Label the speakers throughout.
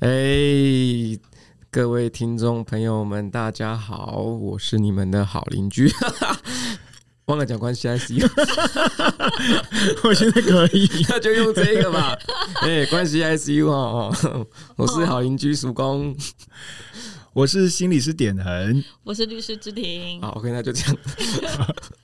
Speaker 1: 哎、各位听众朋友们，大家好，我是你们的好邻居。 忘了讲关系 ICU，
Speaker 2: 我觉得可以。
Speaker 1: 那 就用这个吧。哎、关系 ICU 哦，哦我是好邻居曙光。
Speaker 2: 我是心理师点恒，
Speaker 3: 我是律师之庭，
Speaker 1: 好，OK，那就这样。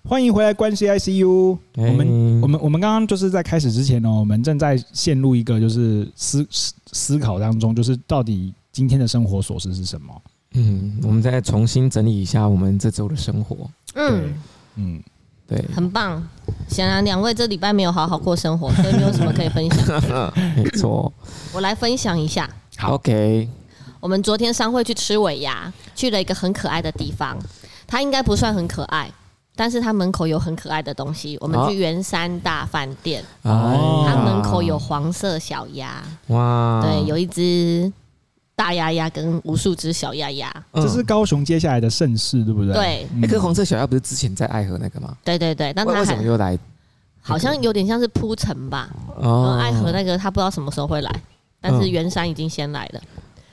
Speaker 2: 欢迎回来关系 ICU。
Speaker 1: 哎
Speaker 2: 我们我们我们刚刚就是在开始之前哦呢、我们正在陷入一个就是思思思考当中，就是到底今天的生活琐事是什么？
Speaker 1: 嗯，我们再重新整理一下我们这周的生活。
Speaker 3: 嗯，
Speaker 2: 嗯，
Speaker 1: 对，
Speaker 3: 很棒。显然两位这礼拜没有好好 过生活，所以没有什么可以分享。
Speaker 1: 没错。
Speaker 3: 我来分享一下，
Speaker 1: OK，
Speaker 3: 我们昨天商会去吃尾牙，去了一个很可爱的地方，它应该不算很可爱。但是它门口有很可爱的东西，我们
Speaker 1: 好
Speaker 3: 去圆山大饭店，
Speaker 1: 哎啊
Speaker 2: 哦
Speaker 3: 它门口有黄色小鸭，
Speaker 1: 哇，
Speaker 3: 对，有一只大鸭鸭跟无数只小鸭鸭，
Speaker 1: 嗯
Speaker 2: 这是高雄接下来的盛世，对不对？
Speaker 3: 对
Speaker 2: 嗯
Speaker 1: 哎、可黄色小鸭不是之前在爱河那个吗？
Speaker 3: 对对对，但
Speaker 1: 为
Speaker 3: 它
Speaker 1: 为什么
Speaker 3: 还
Speaker 1: 又来？
Speaker 3: 好像有点像是铺陈吧，
Speaker 1: 哦
Speaker 3: 嗯，爱河那个他不知道什么时候会来，但是圆山已经先来了。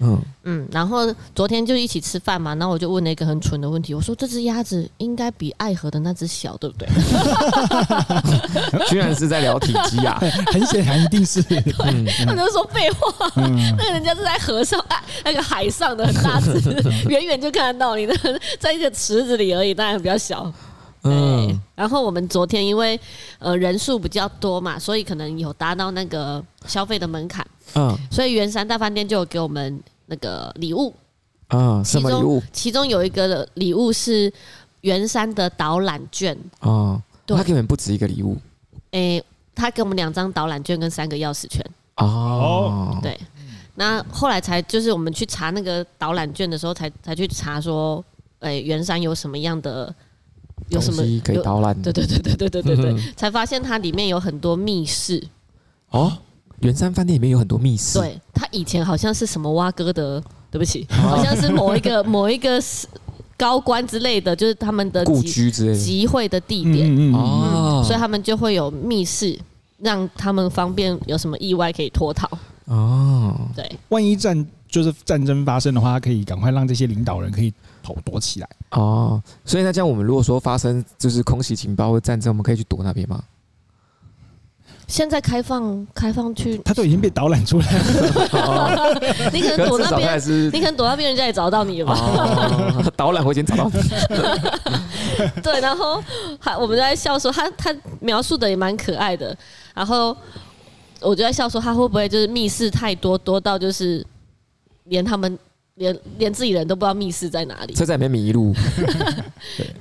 Speaker 1: 嗯，
Speaker 3: 嗯，然后昨天就一起吃饭嘛，然后我就问了一个很蠢的问题，我说这只鸭子应该比爱河的那只小，对不对？
Speaker 1: 居然是在聊体积 啊！
Speaker 2: 很显然一定是
Speaker 1: 嗯，
Speaker 3: 他们就说废话，
Speaker 2: 嗯
Speaker 3: 那个人家是在河上，哎，那个海上的很大只，远远就看得到你的，在一个池子里而已，当然比较小。对
Speaker 1: 嗯，，
Speaker 3: 然后我们昨天因为呃人数比较多嘛，所以可能有达到那个消费的门槛，
Speaker 1: 嗯，
Speaker 3: 所以圆山大饭店就有给我们那个礼物，
Speaker 1: 啊，
Speaker 3: 其
Speaker 1: 什么礼
Speaker 3: 中
Speaker 1: 物
Speaker 3: 其中有一个礼物是圆山的导览券，
Speaker 1: 啊？
Speaker 3: 对
Speaker 1: 他给你们不止一个礼物
Speaker 3: 诶、他给我们两张导览券跟三个钥匙圈。
Speaker 1: 哦。
Speaker 3: 对那后来才就是我们去查那个导览券的时候才，才去查说，诶、圆山有什么样的，有什么
Speaker 1: 东西可以
Speaker 3: 有
Speaker 1: 导览？
Speaker 3: 对对对对对对对
Speaker 1: 嗯
Speaker 3: 对，才发现它里面有很多密室。
Speaker 1: 哦，圆山饭店里面有很多密室，，
Speaker 3: 对，它以前好像是什么蛙哥的，对不
Speaker 1: 啊
Speaker 3: 起，好像是某一个某一个高官之类的，就是他们的
Speaker 1: 故
Speaker 3: 集
Speaker 1: 居之类的。
Speaker 3: 集会的地
Speaker 2: 嗯
Speaker 3: 点。
Speaker 2: 嗯嗯，
Speaker 1: 哦，
Speaker 3: 所以他们就会有密室，让他们方便有什么意外可以脱逃。
Speaker 1: 哦，
Speaker 3: 对，
Speaker 2: 万一战就是战争发生的话，可以赶快让这些领导人可以躲躲起来。
Speaker 1: 哦，所以那这样我们如果说发生就是空袭情报或战争，我们可以去躲那边吗？
Speaker 3: 现在开放开放去，
Speaker 2: 他都已经被导览出来了，。
Speaker 1: 哦
Speaker 3: 你可
Speaker 1: 可
Speaker 3: 能
Speaker 1: 是
Speaker 3: 躲
Speaker 1: 至
Speaker 3: 那
Speaker 1: 少他还
Speaker 3: 边，
Speaker 1: 是
Speaker 3: 你可能躲那边，人家也找到你了吧？
Speaker 1: 哦，导览我已经找到你。
Speaker 3: 对，然后还我们就在笑说他他描述的也蛮可爱的，然后我就在笑说他会不会就是密室太多多到就是连他们。连连自己人都不知道密室在哪里，
Speaker 1: 车在里面迷路，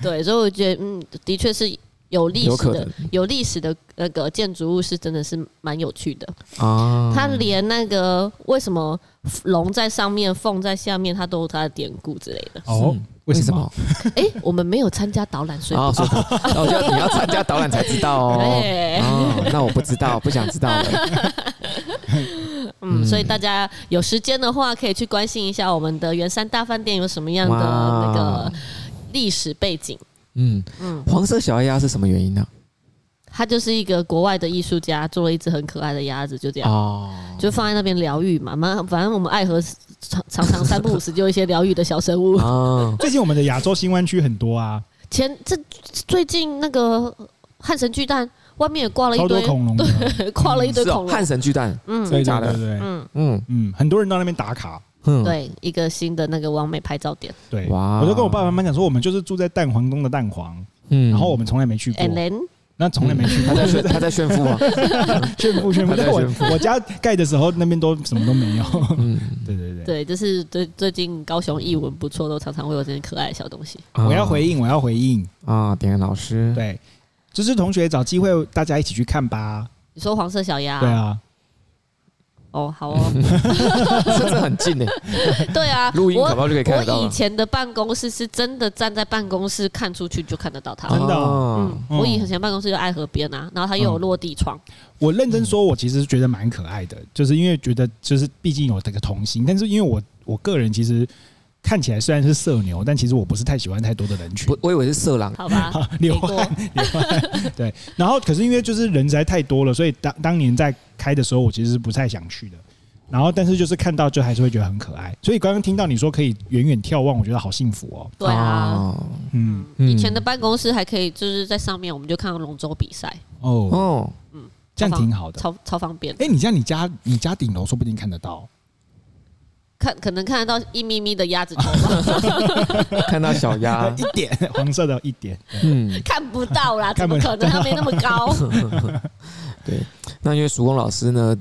Speaker 3: 对，所以我觉得，嗯，的确是有历
Speaker 1: 有
Speaker 3: 史
Speaker 1: 可
Speaker 3: 的
Speaker 1: 能，
Speaker 3: 有历史的那个建筑物是真的是蛮有趣的。
Speaker 1: 啊，
Speaker 3: 他连那个为什么龙在上面，凤在下面，他都有他的典故之类的
Speaker 2: 哦，为什么？？
Speaker 3: 哎、我们没有参加导览，所以
Speaker 1: 啊，所以那我觉得你要参加导览才知道
Speaker 3: 不
Speaker 1: 哦。
Speaker 3: 对、
Speaker 1: 哦，那我不知道，不想知道欸了。
Speaker 3: 嗯，所以大家有时间的话，可以去关心一下我们的圆山大饭店有什么样的
Speaker 1: 哇
Speaker 3: 那个历史背景。
Speaker 1: 嗯，
Speaker 3: 嗯，
Speaker 1: 黄色小鸭是什么原因呢？
Speaker 3: 他就是一个国外的艺术家，做了一只很可爱的鸭子，就这样。
Speaker 1: 哦，
Speaker 3: 就放在那边疗愈嘛，嘛，反正我们爱河常常常三不五时就有一些疗愈的小生物。
Speaker 1: 哦，
Speaker 2: 最近我们的亚洲新湾区很多啊，
Speaker 3: 前这最近那个汉神巨蛋外面也挂了
Speaker 2: 超
Speaker 3: 一
Speaker 2: 多
Speaker 3: 堆，
Speaker 2: 恐龙的，
Speaker 3: 挂了一堆
Speaker 1: 是哦
Speaker 3: 恐，龙
Speaker 1: 汉。神巨蛋，
Speaker 3: 嗯
Speaker 2: 对
Speaker 1: 真的假
Speaker 2: 对
Speaker 1: 的
Speaker 2: 对对，
Speaker 3: 嗯，
Speaker 1: 嗯
Speaker 2: 嗯，很多人到那边打卡。
Speaker 1: 嗯，
Speaker 3: 对，一个新的那个完美拍照点。
Speaker 2: 对，
Speaker 1: 哇
Speaker 2: 我就跟我爸爸妈妈讲说，我们就是住在蛋黄东的蛋黄，
Speaker 1: 嗯
Speaker 2: 然后我们从来没去过
Speaker 3: And，then
Speaker 2: 哎那从来没去
Speaker 1: 他
Speaker 2: 过，
Speaker 1: 在炫，他在炫富啊吗？
Speaker 2: 炫富炫富。
Speaker 1: 他在
Speaker 2: 但我
Speaker 1: 炫
Speaker 2: 我家盖的时候那边都什么都没有。
Speaker 1: 嗯，
Speaker 2: 对对对，
Speaker 3: 对，就是最最近高雄艺文不错，都常常会有这些可爱的小东西。
Speaker 2: 我要回应，我要回应。
Speaker 1: 啊，点老师，
Speaker 2: 对，芝芝同学找机会大家一起去看吧。
Speaker 3: 你说黄色小鸭？
Speaker 2: 对啊，
Speaker 3: 哦，好哦，
Speaker 1: 甚至很近呢，欸
Speaker 3: 对啊，
Speaker 1: 录音
Speaker 3: 我
Speaker 1: 搞不好就可以看得到啊
Speaker 3: 我以
Speaker 1: 了。
Speaker 3: 前的办公室是真的站在办公室看出去就看得到它。
Speaker 2: 真的
Speaker 1: 哦
Speaker 3: 嗯，
Speaker 2: 嗯
Speaker 3: 我以前办公室就爱河边啊，然后它又有
Speaker 1: 嗯
Speaker 3: 落地窗。
Speaker 2: 我认真说，我其实觉得蛮可爱的，就是因为觉得就是毕竟有这个童心，但是因为我我个人其实看起来虽然是社牛，但其实我不是太喜欢太多的人群。
Speaker 1: 我我以为是色狼，
Speaker 3: 好吧，
Speaker 2: 流
Speaker 3: 给过
Speaker 2: 汗，流汗。对，然后可是因为就是人实在太多了，所以当当年在开的时候，我其实是不太想去的。然后但是就是看到就还是会觉得很可爱。所以刚刚听到你说可以远远眺望，我觉得好幸福哦。
Speaker 3: 对啊，
Speaker 1: 哦
Speaker 2: 嗯，
Speaker 3: 以前的办公室还可以，就是在上面我们就看到龙舟比赛，
Speaker 2: 哦，
Speaker 1: 哦，
Speaker 2: 这样挺好的。
Speaker 3: 超超方便的。
Speaker 2: 哎、你像你家你家顶楼说不定看得到，
Speaker 3: 看可能看得到一咪咪的鸭子 头吧，
Speaker 1: 看到小
Speaker 2: 呃
Speaker 4: 啊
Speaker 1: 鸭，
Speaker 2: 一点黄色的一点，
Speaker 1: 嗯，
Speaker 3: 看不到啦，
Speaker 2: 看
Speaker 3: 怎
Speaker 2: 不
Speaker 3: 么
Speaker 2: 到
Speaker 3: 可能？它没那么 高。
Speaker 4: 对，那因为曙光老师呢，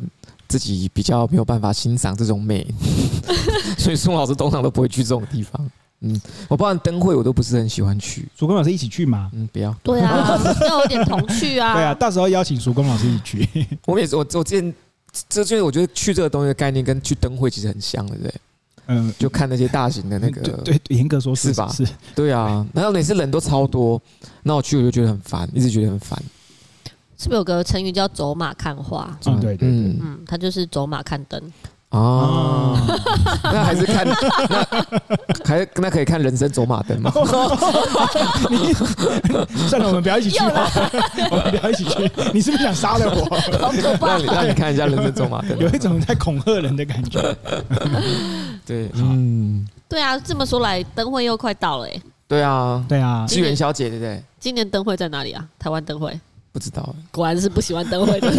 Speaker 4: 自己比较没有办法欣赏这种美， 所以曙光老师通常都不会去这种地方。嗯，我不然灯会我都不是很喜欢去。
Speaker 2: 曙光老师一起去吗？
Speaker 4: 嗯，不要，
Speaker 3: 对啊， 要有点童趣啊。
Speaker 2: 对啊，，到时候邀请曙光老师一起去。
Speaker 4: 我每次我我之前这就是我觉得去这个东西的概念跟去灯会其实很像，对不对？
Speaker 2: 嗯，
Speaker 4: 就看那些大型的那个，
Speaker 2: 对对，严格说是
Speaker 4: 是吧
Speaker 2: 是，
Speaker 4: 对啊，然后每次人都超多，那我去我就觉得很烦，一直觉得很烦。
Speaker 3: 是不是有个成语叫走马看花？
Speaker 2: 嗯，对对对。
Speaker 4: 嗯
Speaker 3: 嗯，它就是走马看灯。
Speaker 4: 哦，
Speaker 2: 哦，
Speaker 4: 那还是看那还那可以看人生走马 灯吗？
Speaker 2: 哦算了，我们不要一起去
Speaker 3: 又来
Speaker 2: 吧， 我们不要一起去。你是不是想杀了我？
Speaker 3: 好可怕
Speaker 4: 让！你让你看一下人生走马
Speaker 2: 有
Speaker 4: 灯。
Speaker 2: 一种在恐吓人的感觉。
Speaker 4: 对，
Speaker 2: 好
Speaker 4: 嗯，
Speaker 3: 对啊，这么说来，灯会又快到了哎。
Speaker 4: 对啊，
Speaker 2: 对啊，
Speaker 4: 是元小姐对不对？
Speaker 3: 今年灯会在哪里啊？台湾灯会，
Speaker 4: 不知道，
Speaker 3: 果然是不喜欢灯会 的。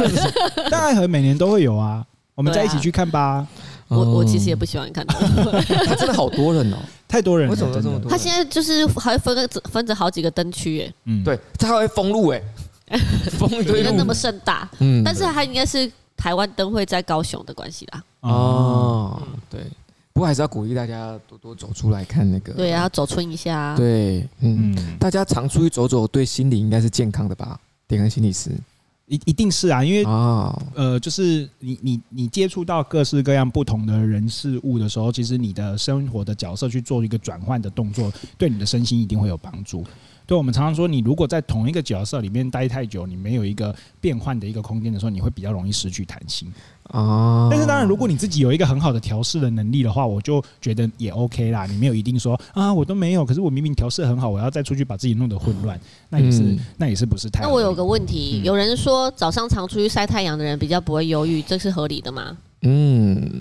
Speaker 2: 大爱河每年都会有啊，我们
Speaker 3: 对
Speaker 2: 再
Speaker 3: 啊
Speaker 2: 一起去看吧。
Speaker 3: 我
Speaker 4: 哦
Speaker 3: 我其实也
Speaker 4: 不，
Speaker 3: 不喜欢看灯会。
Speaker 4: 他真的好多人哦。
Speaker 2: 太多人了，
Speaker 4: 为什么
Speaker 2: 真
Speaker 4: 这么
Speaker 2: 的
Speaker 4: 多
Speaker 3: 它现在就是还分个分着好几个灯区哎，
Speaker 2: 嗯，
Speaker 4: 对，他还会封路 哎，封一堆
Speaker 3: 没有那
Speaker 4: 路
Speaker 3: 么。盛大，
Speaker 4: 嗯
Speaker 3: 但是它应该是台湾灯会在高雄的关系啦。
Speaker 2: 哦，
Speaker 4: 哦，对，不过还是要鼓励大家多多走出来看那个。
Speaker 3: 对啊，，走春一下。
Speaker 4: 嗯对，嗯，
Speaker 2: 嗯，
Speaker 4: 大家常出去走走，对心理应该是健康的吧？点跟心理师
Speaker 2: 一一定是啊，因为
Speaker 4: 啊，
Speaker 2: 呃，就是你你你接触到各式各样不同的人事物的时候，其实你的生活的角色去做一个转换的动作，对你的身心一定会有帮助。对我们常常说，你如果在同一个角色里面待太久，你没有一个变换的一个空间的时候，你会比较容易失去弹性。
Speaker 4: 啊，
Speaker 2: 但是当然，如果你自己有一个很好的调试的能力的话，我就觉得也 OK 啦。你没有一定说啊，我都没有，可是我明明调试很好，我要再出去把自己弄得混乱，那也是、
Speaker 4: 嗯
Speaker 2: 那也是不是太合
Speaker 3: 那
Speaker 2: 理？
Speaker 3: 我有个问题，
Speaker 2: 嗯
Speaker 3: 有人说早上常出去晒太阳的人比较不会忧郁，这是合理的吗？
Speaker 4: 嗯，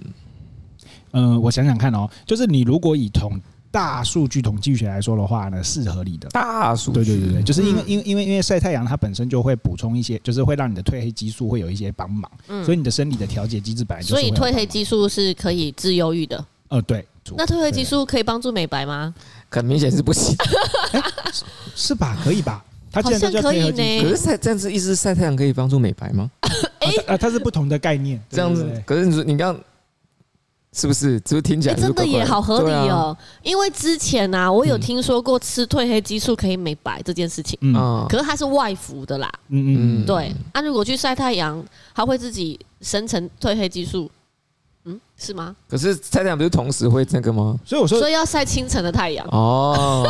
Speaker 2: 呃，我想想看哦，就是你如果以统大数据统计学来说的话呢，是合理的。
Speaker 4: 大数
Speaker 2: 对
Speaker 4: 据，
Speaker 2: 对对对，就是因
Speaker 3: 嗯
Speaker 2: 为因为因为因为晒太阳它本身就会补充一些，就是会让你的褪黑激素会有一些帮忙，
Speaker 3: 嗯
Speaker 2: 所以你的生理的调节机制
Speaker 4: 哎
Speaker 2: 本来就是
Speaker 3: 所
Speaker 2: 会
Speaker 3: 以
Speaker 2: 有帮忙。
Speaker 3: 褪黑激素是可以治忧郁的。
Speaker 2: 呃对，
Speaker 3: 那褪黑激素可以帮助美白吗？
Speaker 4: 很明显是不 行。
Speaker 2: 是吧？可以吧？它
Speaker 3: 好
Speaker 2: 既然
Speaker 3: 像
Speaker 2: 都叫褪
Speaker 3: 可以
Speaker 2: 黑激素
Speaker 4: 可是
Speaker 3: 呢。
Speaker 4: 晒这样子，意思是晒太阳可以帮助美白吗？
Speaker 3: 哎
Speaker 2: 啊，它是不同的概念，
Speaker 4: 这样
Speaker 2: 对对
Speaker 4: 子
Speaker 2: 对，
Speaker 4: 可是你说你刚是不是？只是听起
Speaker 3: 哎
Speaker 4: 来
Speaker 3: 真的
Speaker 4: 也
Speaker 3: 也好合理。
Speaker 2: 啊
Speaker 4: 啊
Speaker 3: 哦，因为之前啊，我有听说过吃褪黑激素可以美白这件事情，
Speaker 2: 嗯
Speaker 4: 对啊
Speaker 2: 嗯
Speaker 4: 啊，
Speaker 3: 可是它是外服的啦。
Speaker 2: 嗯嗯，
Speaker 3: 对，啊，如果去晒太阳，它会自己生成褪黑激素，嗯，是吗？
Speaker 4: 可是晒太阳不是同时会那个吗？
Speaker 2: 所以我说
Speaker 3: 所以要晒清晨的太阳。
Speaker 4: 哦